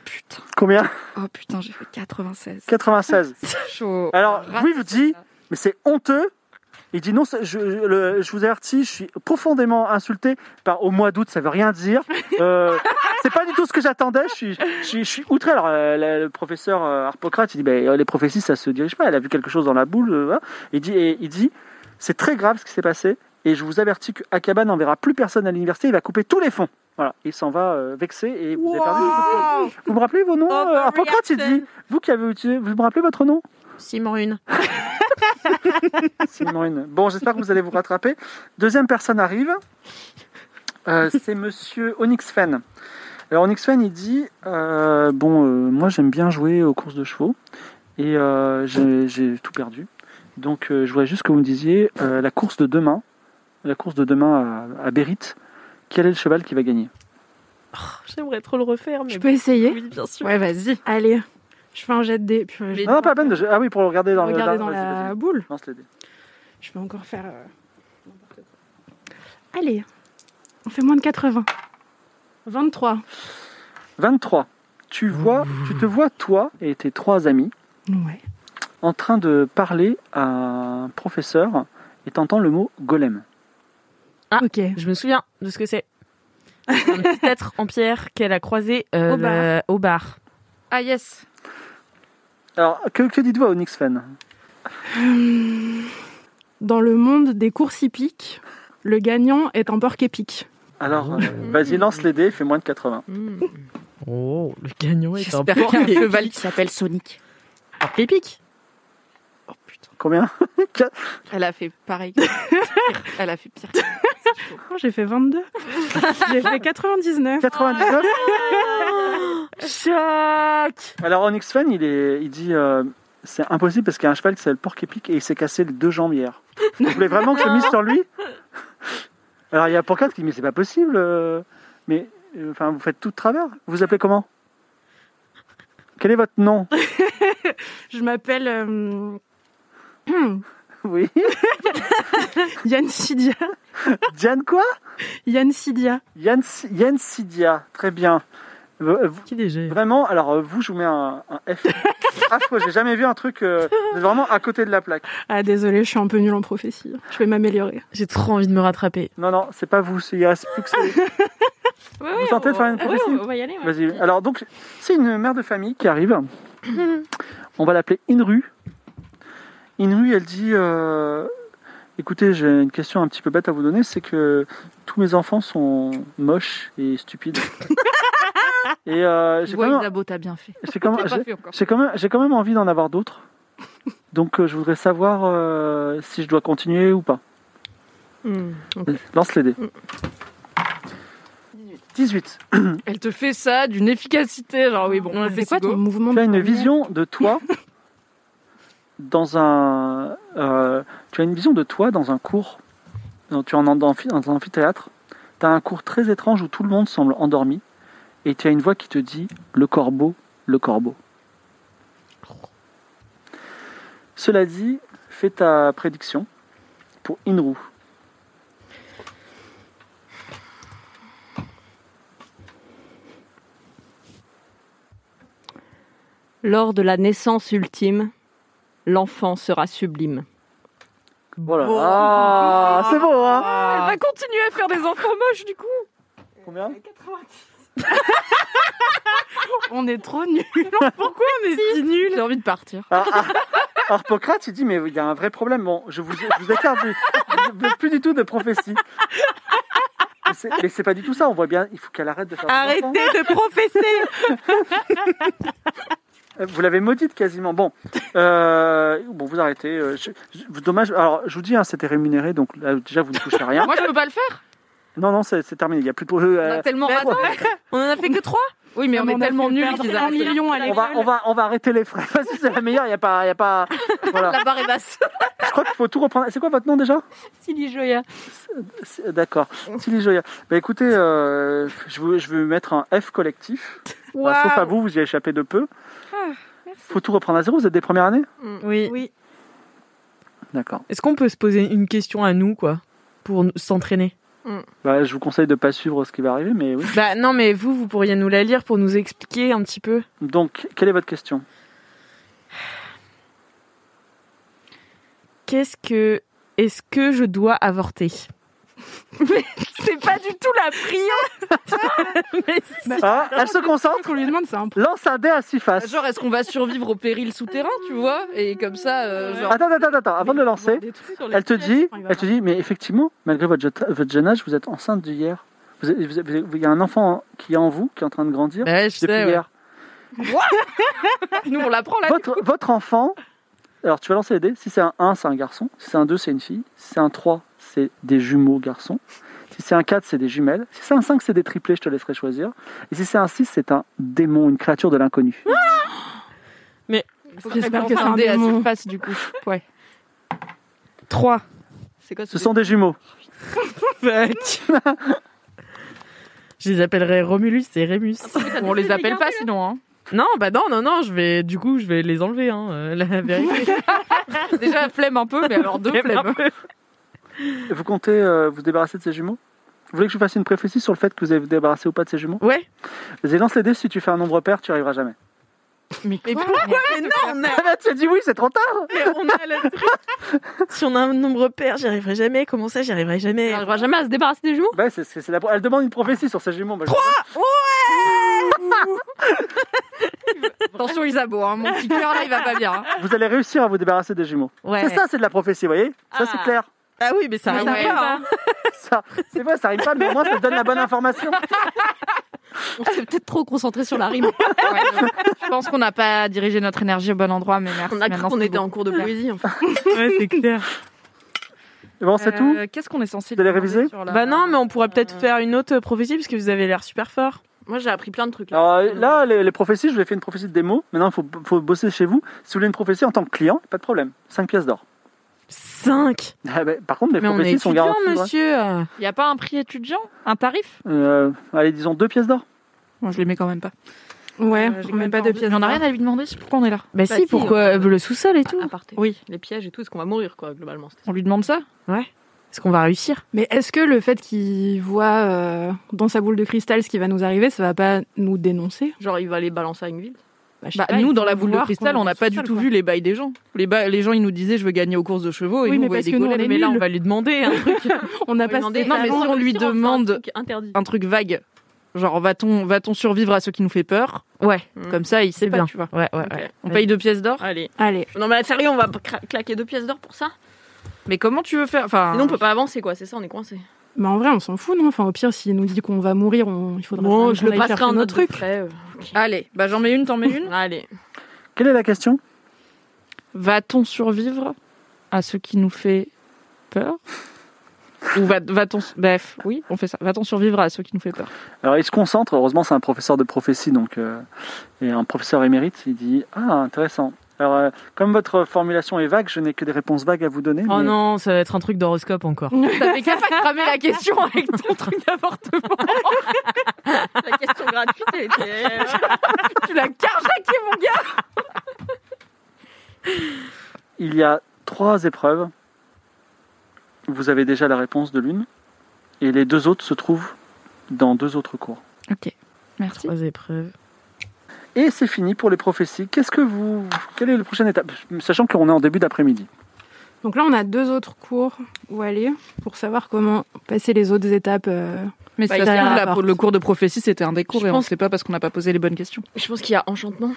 S5: Putain.
S4: Combien
S5: Oh putain, j'ai fait 96.
S4: 96.
S5: Chaud.
S4: Alors,
S5: Rate
S4: Louis vous dit,
S5: ça.
S4: mais c'est honteux. Il dit non, c'est- je, je- le- je vous avertis, je suis profondément insulté par au mois d'août, ça veut rien dire. Euh, c'est pas du tout ce que j'attendais, je suis, je, suis, je suis outré. Alors, euh, la- le professeur euh, Harpocrate, il dit, ben, euh, les prophéties, ça se dirige pas, elle a vu quelque chose dans la boule. euh, voilà. il dit, et il dit c'est très grave ce qui s'est passé, et je vous avertis que Akaba n'enverra plus personne à l'université, il va couper tous les fonds. Voilà, il s'en va euh, vexé et vous avez perdu. Vous me rappelez vos noms euh, Harpocrate, il dit, vous qui avez utilisé, vous me rappelez votre nom
S6: Simon une.
S4: Simon Hune. Bon, j'espère que vous allez vous rattraper. Deuxième personne arrive. Euh, c'est monsieur Onyx Fen. Alors, Onyx Fen, il dit euh, Bon, euh, moi, j'aime bien jouer aux courses de chevaux et euh, j'ai- j'ai tout perdu. Donc, euh, je voudrais juste que vous me disiez euh, la course de demain, la course de demain à, à Bérite, quel est le cheval qui va gagner
S6: Oh, J'aimerais trop le refaire, mais
S2: Je peux essayer
S6: oui, bien sûr.
S8: Ouais, vas-y.
S2: Allez, je fais un jet de dés. Purée, je
S4: Non, non, pas la peine. De... Ah oui, pour le regarder dans
S2: vais regarder
S4: le.
S2: dans
S4: vas-y,
S2: la
S4: vas-y.
S2: boule.
S4: Lance les dés.
S2: Je vais encore faire... euh, n'importe quoi. Allez, on fait moins de 80. 23.
S4: 23. Tu, vois, tu te vois, toi et tes trois amis,
S2: Ouais.
S4: en train de parler à un professeur et t'entends le mot golem.
S6: Ah.
S2: Ok.
S6: Je me souviens de ce que c'est. Un petit être en pierre qu'elle a croisé euh,
S2: Au bar.
S6: le- au bar.
S8: Ah yes.
S4: Alors, que, que dites-vous à Onyx Fan
S2: Dans le monde des courses hippiques, le gagnant est un porc épique.
S4: Alors, euh, vas-y, lance les dés, fais moins de 80.
S7: hmm.
S6: Oh, le gagnant est un
S5: J'espère qu'il y a un
S6: porc
S5: cheval qui s'appelle Sonic.
S6: épique.
S4: Combien
S8: Elle a fait pareil. Elle a fait pire.
S2: Oh, j'ai fait 22. j'ai fait 99.
S4: 99
S6: Choc
S4: Alors, Onyx Fan, il, est, il dit euh, c'est impossible parce qu'il y a un cheval qui s'appelle Porc Épic et il s'est cassé les deux jambes hier. Vous voulez vraiment que je mise sur lui Alors, il y a Porcat qui dit mais c'est pas possible. euh, mais, euh, enfin, vous faites tout de travers. Vous vous appelez comment Quel est votre nom
S2: Je m'appelle euh,
S4: Oui
S2: Yann Sidia.
S4: Diane quoi
S2: Yann Sidia.
S4: Yann, Yann Sidia. Très bien. Euh,
S6: Qui léger.
S4: Vraiment, alors euh, vous, je vous mets un, un F. Ah, Affreux, j'ai jamais vu un truc euh, vous êtes vraiment à côté de la plaque.
S2: Ah, désolée, je suis un peu nulle en prophétie. Je vais m'améliorer.
S6: J'ai trop envie de me rattraper.
S4: Non, non, c'est pas vous, c'est- il reste plus que c'est- Vous tentez de faire une prophétie
S7: on va y aller. ouais.
S4: Vas-y. Alors, donc, c'est une mère de famille qui arrive. On va l'appeler Inru. Inru, elle dit euh, Écoutez, j'ai une question un petit peu bête à vous donner c'est que tous mes enfants sont moches et stupides. et euh, j'ai quand
S8: Ouais,
S4: même-
S8: Isabeau, t'as bien fait.
S4: j'ai quand même-
S8: T'as
S4: j'ai-
S8: pas fait encore.
S4: J'ai quand même, j'ai quand même envie d'en avoir d'autres. Donc euh, je voudrais savoir euh, si je dois continuer ou pas.
S5: Mm.
S7: Hmm.
S4: Lance les dés. 18.
S8: Elle te fait ça d'une efficacité. Genre, oui, bon.
S2: c'est quoi ton mouvement
S4: Tu as une
S2: première
S4: vision de toi dans un. euh, tu as une vision de toi dans un cours. Dans- Tu es en, en- dans un amphithéâtre. Tu as un cours très étrange où tout le monde semble endormi. Et tu as une voix qui te dit Le corbeau, le corbeau. Cela dit, fais ta prédiction pour Inru.
S7: Lors de la naissance ultime, l'enfant sera sublime.
S4: Voilà. Oh Ah, c'est bon, hein
S8: Elle va continuer à faire des enfants moches, du coup.
S4: Combien
S2: On est trop nuls.
S6: Pourquoi on est si nuls
S5: J'ai envie de partir.
S4: Alors, Ar- Harpocrate, ah, il dit, mais il y a un vrai problème. Bon, je vous, je vous écarte du- de- plus du tout de prophétie. Mais c'est- Mais c'est pas du tout ça. On voit bien, il faut qu'elle arrête de faire. des
S6: Arrêtez
S4: enfants.
S6: de professer
S4: Euh, Vous l'avez maudite quasiment. Bon, euh, bon, vous arrêtez. euh, je- je- dommage. Alors, je vous dis, hein, c'était rémunéré, donc là, déjà, vous ne touchez rien.
S5: Moi, je peux pas le faire.
S4: Non, non, c'est c'est terminé. Il y a plus de. euh,
S5: On a tellement.
S4: ouais.
S5: Attends.
S6: On en a fait que trois
S5: Oui, mais on, est tellement nuls qu'ils
S2: un
S5: arrêtent.
S2: million à
S4: on va, on
S2: l'école.
S4: va, on va arrêter les frais. Parce que c'est la meilleure. Il y a pas, il y a pas. Voilà.
S5: La barre est basse.
S4: Je crois qu'il faut tout reprendre. C'est quoi votre nom déjà
S7: Silly Joya.
S4: C'est- D'accord. Tilly Joya. Bah écoutez, euh, je, vous- je vais mettre un F collectif. Bah, sauf à vous, vous y échappez de peu. faut tout reprendre à zéro. Vous êtes des premières années
S6: Oui.
S4: D'accord.
S6: Est-ce qu'on peut se poser une question à nous, quoi Pour nous- s'entraîner
S4: Bah, je vous conseille de pas suivre ce qui va arriver, mais oui.
S6: Bah non, mais vous, vous pourriez nous la lire pour nous expliquer un petit peu.
S4: Donc, quelle est votre question
S6: Qu'est-ce que. Est-ce que je dois avorter
S7: C'est pas du tout la prière.
S4: Ah, Elle se concentre.
S2: qu'on lui demande, c'est un peu.
S4: Lance un dé à six faces.
S5: Genre, est-ce qu'on va survivre au péril souterrain, tu vois Et comme ça, euh, genre.
S4: Attends, attends, attends, avant de le lancer, elle te dit, elle te dit, mais effectivement, malgré votre, je- votre jeune âge, vous êtes enceinte d'hier. Vous êtes- vous êtes- vous êtes- Il y a un enfant qui est en vous, qui est en train de grandir
S5: Eh,
S6: Bah ouais, je
S4: depuis hier.
S5: Nous, on l'apprend là.
S4: Votre, votre enfant, alors tu vas lancer les dés. Si c'est un 1, c'est un garçon. Si c'est un 2, c'est une fille. Si c'est un 3, c'est des jumeaux garçons. Si c'est un 4, c'est des jumelles. Si c'est un 5, c'est des triplés, je te laisserai choisir. Et si c'est un 6, c'est un démon, une créature de l'inconnu.
S5: Il faut
S2: J'espère que
S5: qu'elle
S2: c'est
S5: fasse un
S2: un
S5: dé à
S2: démon.
S5: six faces, du coup. Ouais.
S6: 3.
S5: C'est quoi
S4: Ce sont des jumeaux.
S6: Fuck Je les appellerai Romulus et Rémus.
S5: On les appelle pas sinon. Hein.
S6: Non, bah non, non, non, je vais, du coup, je vais les enlever, hein, euh, la vérité.
S5: Déjà, flemme un peu, mais alors deux flemmes.
S4: Vous comptez euh, vous débarrasser de ces jumeaux Vous voulez que je vous fasse une prophétie sur le fait que vous allez vous débarrasser ou pas de ces jumeaux
S6: Ouais.
S4: Vas-y, lance les dés. Si tu fais un nombre pair, tu arriveras jamais.
S6: Mais, pourquoi Mais non, on a,
S4: Ah bah, tu as dit oui, c'est trop tard.
S6: mais on a le truc. Si on a un nombre pair, j'y arriverai jamais. Comment ça, j'y arriverai jamais
S7: On n'arrivera jamais à se débarrasser des jumeaux.
S4: Bah, c'est- c'est- c'est la- Elle demande une prophétie sur ces jumeaux. Bah, je-
S5: Attention, Isabo, hein, mon petit cœur là, il va pas bien. hein.
S4: Vous allez réussir à vous débarrasser des jumeaux.
S6: Ouais.
S4: C'est ça, c'est de la prophétie, vous voyez Ça, c'est
S7: Ah.
S4: clair.
S6: Ah oui, mais ça
S5: Mais
S6: arrive
S5: ouais.
S6: pas.
S4: Ça, c'est vrai, ça arrive pas, mais au moins ça te donne la bonne information.
S7: On s'est peut-être trop concentré sur la rime.
S5: Ouais, donc, je pense qu'on n'a pas dirigé notre énergie au bon endroit, mais merci.
S7: On a cru
S5: maintenant,
S7: qu'on
S5: c'est
S7: était
S5: bon.
S7: en cours de poésie. en fait.
S6: Ouais, c'est clair.
S4: Bon, c'est
S5: Euh,
S4: tout
S5: Qu'est-ce qu'on est censé
S4: Vous allez
S5: demander
S4: réviser
S5: sur la-
S6: Bah non, mais on pourrait peut-être faire une autre prophétie parce que vous avez l'air super fort.
S7: Moi, j'ai appris plein de trucs. là.
S4: Alors euh, là, les, les prophéties, je vous ai fait une prophétie de démo. Maintenant, il faut, faut bosser chez vous. Si vous voulez une prophétie en tant que client, pas de problème. 5 pièces d'or.
S6: 5
S4: Ah, bah, par contre, les
S6: Mais on est
S4: prophéties sont
S6: étudiant,
S4: garanties. ouais.
S6: monsieur. Bah
S5: Il n'y a pas un prix étudiant Un tarif
S4: Euh, allez, disons 2 pièces d'or.
S5: Moi, je les mets quand même pas. Euh,
S2: Ouais,
S6: j'ai
S2: on met pas de pièces.
S5: J'en ai rien à lui demander, c'est pourquoi on est là.
S6: Bah,
S7: Bah
S6: si,
S7: si,
S6: pourquoi euh, le sous-sol et tout
S7: À part tes-
S5: Oui.
S7: les pièges et tout, est-ce qu'on va mourir, quoi, globalement c'était ça.
S5: On lui demande ça
S6: Est-ce qu'on va réussir
S2: Mais est-ce que le fait qu'il voit euh, dans sa boule de cristal ce qui va nous arriver, ça va pas nous dénoncer
S7: Genre, il va les balancer à une ville.
S2: je sais
S5: Bah,
S2: pas, il
S5: nous,
S2: faut
S5: dans la boule de
S2: voir
S5: cristal,
S2: qu'on est
S5: on n'a pas du
S2: social,
S5: tout
S2: quoi.
S5: vu les bails des gens. Les, ba- les gens, ils nous disaient je veux gagner aux courses de chevaux et
S2: Oui,
S5: nous,
S2: mais
S5: on voyait
S2: parce
S5: des
S2: que nous, on
S5: golems.
S2: est
S5: Mais là, on
S2: nuls.
S5: va lui demander hein. un truc,
S2: On n'a pas
S7: Demander-
S2: assez
S5: Non, mais
S2: d'argent.
S5: si on lui
S7: réussir, fait un
S5: demande-
S7: truc interdit.
S5: un truc vague. Genre, va-t-on va -on survivre à ce qui nous fait peur
S6: Ouais,
S7: Mm.
S5: Comme ça, il sait
S6: c'est
S5: pas,
S6: bien.
S5: tu vois.
S6: Ouais, ouais,
S7: Ok.
S6: ouais.
S5: On
S6: Vas-y.
S5: paye deux pièces d'or
S7: Allez.
S2: Allez,
S7: Non, mais sérieux, on va cra- claquer deux pièces d'or pour ça
S5: Mais comment tu veux faire
S8: Ah.
S5: Enfin,
S7: Sinon, on peut pas avancer, quoi. C'est ça, on est coincé.
S2: mais en vrai, on s'en fout, non Enfin, au pire, s'il nous dit qu'on va mourir, on... il faudra.
S7: Bon,
S2: qu'on
S7: je le
S2: aille
S7: passerai
S2: chercher
S7: en
S2: nos
S7: autre
S2: trucs.
S7: truc.
S5: euh, Allez, bah j'en mets une, t'en mets une.
S7: Allez.
S4: Quelle est la question
S5: Va-t-on survivre à ce qui nous fait peur Ou va- va-t-on... Bref, oui, on fait ça. Va-t-on survivre à ce qui nous fait peur
S4: Alors, il se concentre. Heureusement, c'est un professeur de prophétie, donc euh, et un professeur émérite. Il dit Ah, intéressant. Alors, euh, comme votre formulation est vague, je n'ai que des réponses vagues à vous donner.
S6: Oh
S4: mais-
S6: non, ça va être un truc d'horoscope encore.
S5: T'avais qu'à pas cramer la question avec ton truc d'avortement.
S7: La question gratuite, elle était. euh,
S5: Tu l'as carjacké, mon gars
S4: Il y a trois épreuves. Vous avez déjà la réponse de l'une. Et les deux autres se trouvent dans deux autres cours.
S5: Merci.
S6: Trois épreuves.
S4: Et c'est fini pour les prophéties. Qu'est-ce que vous. Quelle est la prochaine étape Sachant qu'on est en début d'après-midi.
S2: Donc là, on a deux autres cours où aller pour savoir comment passer les autres étapes euh,
S8: Mais
S5: Bah,
S8: ça
S5: il
S8: se
S5: a
S8: trouve,
S5: un
S8: la-
S5: appart.
S8: le cours de prophétie, c'était un des cours
S5: Je
S8: et on ne
S5: pense-
S8: sait pas parce qu'on n'a pas posé les bonnes questions.
S5: Je pense qu'il y a enchantement.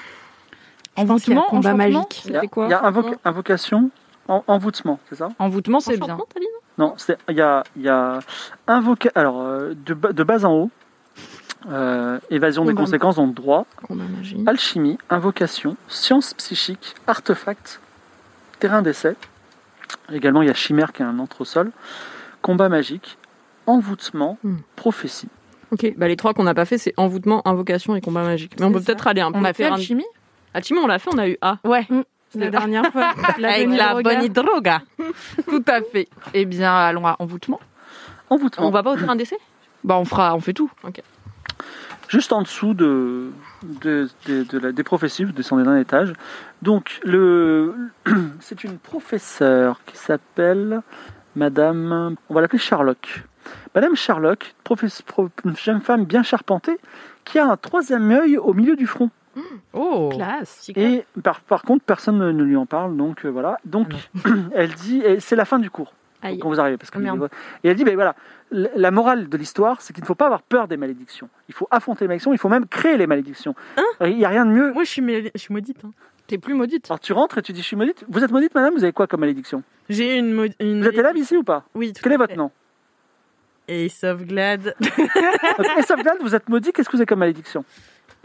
S2: Je pense qu'il y a combat magique.
S4: Il y a,
S8: C'était quoi
S4: il y a invoque- invocation, en- envoûtement, c'est ça
S8: Envoûtement, c'est bien.
S5: Enchantement, t'as dit, non
S4: Non, c'est- il y a, il y a invoca- alors, euh, de, ba- de bas en haut, euh, évasion des
S5: Combat.
S4: conséquences, donc droit,
S5: Combat magique.
S4: alchimie, invocation, sciences psychiques, artefacts, terrain d'essai. Également, il y a chimère qui est un entresol, combat magique, envoûtement,
S3: Hmm.
S4: prophétie.
S3: Ok, bah les trois qu'on n'a pas fait, c'est envoûtement, invocation et combat magique. Mais on peut
S8: C'est
S3: peut-être aller un peu
S8: On a fait
S3: faire un-
S8: alchimie
S3: Alchimie, on l'a fait, on a eu A.
S8: Ouais.
S2: La dernière fois.
S8: Mm. Avec
S2: bonne
S8: la
S2: drogue.
S8: bonne droga. Tout à fait. Eh bien, allons à envoûtement.
S4: Envoûtement,
S3: On va pas au terrain d'essai
S8: Bah, on fera, on fait tout.
S4: juste en dessous de, de- de- de la- des prophéties, vous descendez d'un étage. Donc, le, c'est une professeure qui s'appelle Madame, on va l'appeler Charlotte. Madame Charlotte, professe- pro- une jeune femme bien charpentée, qui a un troisième œil au milieu du front.
S8: Oh.
S2: Classe.
S4: Et par, par contre, personne ne lui en parle, donc euh, voilà. Donc, elle dit, et c'est la fin du cours
S5: Aïe.
S4: quand vous arrivez, parce que
S5: Ah, merde.
S4: et elle dit, ben voilà, la la morale de l'histoire, c'est qu'il ne faut pas avoir peur des malédictions. Il faut affronter les malédictions, il faut même créer les malédictions.
S6: Hein
S4: Il n'y a rien de mieux.
S6: Moi, je suis, mêlée- je suis maudite. hein.
S8: T'es plus maudite.
S4: Alors tu rentres et tu dis, je suis maudite. Vous êtes maudite, madame Vous avez quoi comme malédiction
S6: J'ai une, maud- une.
S4: Vous êtes élève ici ou pas
S6: Oui, tout
S4: Quel est
S6: à fait.
S4: votre nom
S6: Et sauveglade.
S4: Et sauf que là, vous êtes maudite. Qu'est-ce que vous avez comme malédiction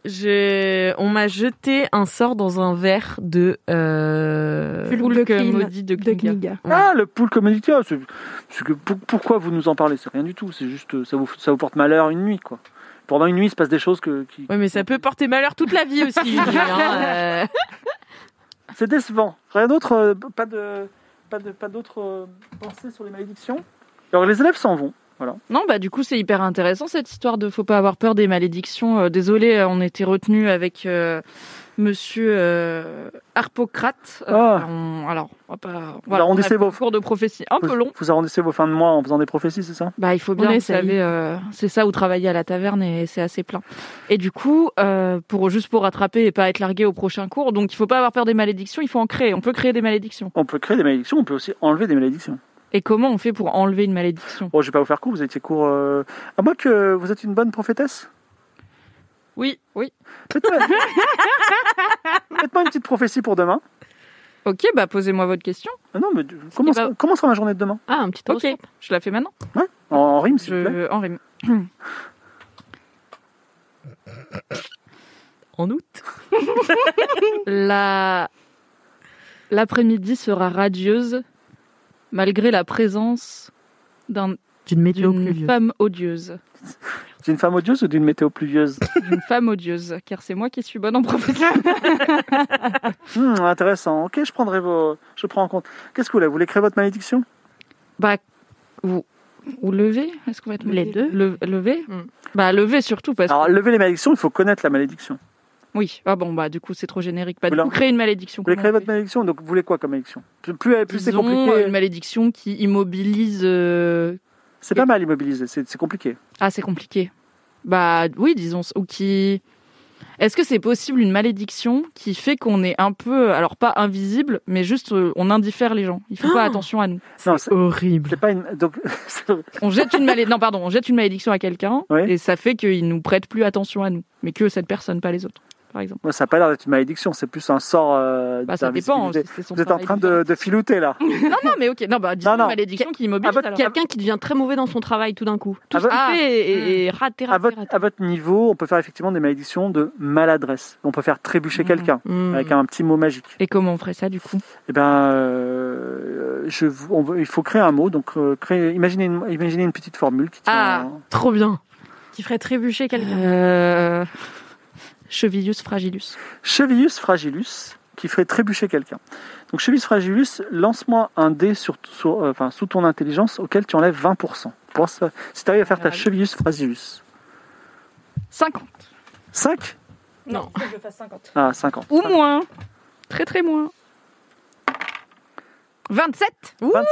S6: Je... On m'a jeté un sort dans un verre de. Euh...
S2: Fulgre de Kling.
S6: maudit de
S2: De
S6: Klinga.
S2: Kniga.
S6: Ouais.
S4: Ah, le pool communicateur. c'est- c'est que pour- pourquoi vous nous en parlez C'est rien du tout. C'est juste, euh, ça vous, ça vous porte malheur une nuit, quoi. Pendant une nuit, il se passe des choses que, qui.
S6: Ouais, mais ça peut porter malheur toute la vie aussi. une nuit,
S8: Ah,
S6: hein, euh.
S4: C'est décevant. Rien d'autre. euh, pas de, pas de, pas d'autres euh, pensées sur les malédictions. Alors les élèves s'en vont.
S5: Non, bah du coup, c'est hyper intéressant cette histoire de faut pas avoir peur des malédictions. Euh, désolé, euh, on était retenu avec euh, monsieur euh, Harpocrate. Euh,
S4: Ah.
S5: on- alors, on va pas.
S4: arrondissez
S5: on a fait
S4: vos-
S5: un cours de prophétie un
S4: Vous-
S5: peu long.
S4: Vous arrondissez vos fins de mois en faisant des prophéties, c'est ça
S5: Bah, il faut
S8: On
S5: bien, vous
S8: essaye.
S5: savez, euh, c'est ça où travailler à la taverne et c'est assez plein. Et du coup, euh, pour juste pour rattraper et pas être largué au prochain cours, donc il faut pas avoir peur des malédictions, il faut en créer. On peut créer des malédictions.
S4: On peut créer des malédictions, on peut aussi enlever des malédictions.
S5: Et comment on fait pour enlever une malédiction
S4: Bon, je vais pas vous faire court, vous étiez court. euh, À moins que vous êtes une bonne prophétesse
S5: Oui, oui.
S4: Faites-moi Faites-moi une petite prophétie pour demain.
S5: Ok, bah posez-moi votre question.
S4: Ah Non, mais comment,
S5: Eh ben-
S4: sera- comment sera ma journée de demain
S3: Ah, un petit
S5: Ok,
S3: horoscope.
S5: je la fais maintenant.
S4: en, en rime, s'il vous plaît.
S5: Je en rime.
S6: en août.
S5: La l'après-midi sera radieuse malgré la présence d'un-
S6: D'une météo
S5: d'une
S6: pluvieuse.
S5: femme odieuse.
S4: D'une femme odieuse ou d'une météo pluvieuse
S5: D'une femme odieuse, car c'est moi qui suis bonne en prophétie.
S4: Hmm, Intéressant. Ok, je prendrai vos. Je prends en compte. Qu'est-ce que vous voulez Vous voulez créer votre malédiction
S5: Bah, ou, ou lever Est-ce qu'on va être
S2: Les
S5: mobile
S2: deux.
S5: Le- lever
S6: Hmm.
S3: Mm.
S5: Bah, lever surtout, parce
S4: Alors,
S5: que.
S4: lever les malédictions, il faut connaître la malédiction. Vous
S5: Oui, ah bon, bah, du coup, c'est trop générique. Bah, du
S4: Oula.
S5: coup, créer une malédiction.
S4: voulez
S5: comment
S4: créer
S5: on
S4: votre
S5: fait
S4: malédiction Donc, vous voulez quoi comme malédiction Plus, plus, plus c'est
S5: Disons, euh, Une
S4: compliqué.
S5: malédiction qui immobilise. euh,
S4: C'est pas mal immobilisé, c'est c'est compliqué.
S5: Ah, c'est compliqué. Bah, oui, disons, ou qui. Est-ce que c'est possible une malédiction qui fait qu'on est un peu, alors pas invisible, mais juste euh, on indiffère les gens. Ils font
S4: Ah
S5: pas attention à nous.
S4: Non, c'est
S6: Horrible.
S4: c'est pas une. Donc, c'est-
S5: On jette une malédiction, non pardon, on jette une malédiction à quelqu'un
S4: Oui.
S5: et ça fait qu'il nous prête plus attention à nous, mais que cette personne, pas les autres, par exemple.
S4: Moi, ça n'a pas l'air d'être une malédiction, c'est plus un sort. euh,
S5: Bah, ça dépend.
S4: d'invisibilité.
S5: c'est son
S4: Vous êtes en
S5: travail
S4: train
S5: faire.
S4: de, de filouter là.
S5: Non, non, mais ok. Non, bah, disons
S4: Non, non.
S5: une malédiction qui immobilise.
S4: Ah,
S8: bah,
S4: votre-
S5: alors.
S3: Quelqu'un qui devient très mauvais dans son travail tout d'un coup. Tout
S4: À
S3: ce
S4: vo-
S3: qu'il
S5: Ah.
S3: fait est, est raté,
S4: À
S8: Ah, bah,
S3: raté,
S4: votre,
S3: raté.
S4: à votre niveau, on peut faire effectivement des malédictions de maladresse. On peut faire trébucher
S5: Mhm.
S4: quelqu'un
S3: Hmm.
S4: avec un petit mot magique.
S5: Et comment on ferait ça du coup
S4: Eh ben, euh, je, vous- on veut- il faut créer un mot. Donc, euh, créer, imaginez, une, imaginez une petite formule qui tient.
S5: Ah.
S6: Trop bien.
S2: Qui ferait trébucher quelqu'un.
S5: euh... Chevillus fragilus.
S4: Chevillus fragilus qui ferait trébucher quelqu'un. Donc, Chevillus fragilus, lance-moi un dé sur, sur- euh, enfin, sous ton intelligence auquel tu enlèves 20%. Pour voir ça- si tu arrives à faire ta Chevillus fragilus.
S5: 50
S4: 5
S3: Non.
S6: je fasse 50.
S4: Ah, 50.
S5: ou moins, très très moins.
S6: 27
S4: 27.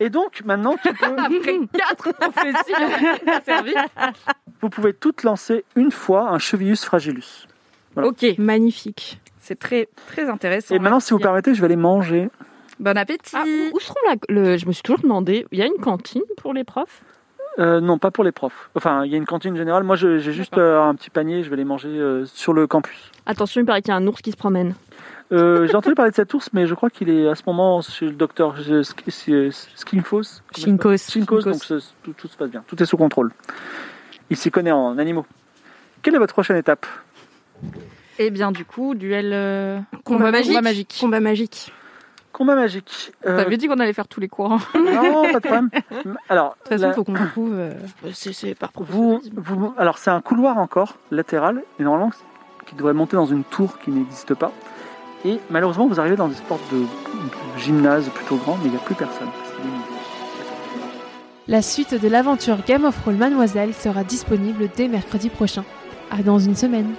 S4: Et donc, maintenant, tu peux-
S5: Après 4 prophéties Mmh. servi.
S4: vous pouvez toutes lancer une fois un Chevillus fragilus. Voilà.
S5: Ok,
S2: Magnifique.
S5: c'est très très intéressant.
S4: Et maintenant, si vous permettez, je vais aller manger.
S5: Bon appétit.
S8: Mm.
S2: Ah.
S3: Ah, où, où se trouve la- le... Je me suis toujours demandé, il y a une cantine pour les profs
S4: Euh, non, pas pour les profs. Enfin, il y a une cantine générale. Moi, je- j'ai juste euh, un petit panier, je vais les manger euh, sur le campus.
S7: Attention, il paraît qu'il y a un ours qui se promène.
S4: Euh, j'ai entendu parler de cet ours, mais je crois qu'il est à ce moment chez le docteur je- Sk- Sk- Skinkos.
S6: Shinkos.
S4: Shinkos, donc ce- tout, tout se passe bien. Tout est sous contrôle. Il s'y connaît en animaux. Quelle est votre prochaine étape
S5: Eh
S8: Et bien, du coup, duel. euh,
S2: Combat
S8: magique.
S2: Combat magique.
S4: Combat magique. Euh,
S8: T'avais dit qu'on allait faire tous les cours. hein.
S4: non, pas de problème. Alors,
S2: De toute façon,
S4: la-
S2: il faut qu'on trouve. euh,
S8: Bah, C'est par
S4: vous, vous- alors c'est un couloir encore latéral et normalement qui devrait monter dans une tour qui n'existe pas. Et malheureusement, vous arrivez dans des portes de, de gymnase plutôt grand, mais il n'y a plus personne. parce qu'il est midi.
S1: La suite de l'aventure Game of Roll Mademoiselle sera disponible dès mercredi prochain. À dans une semaine.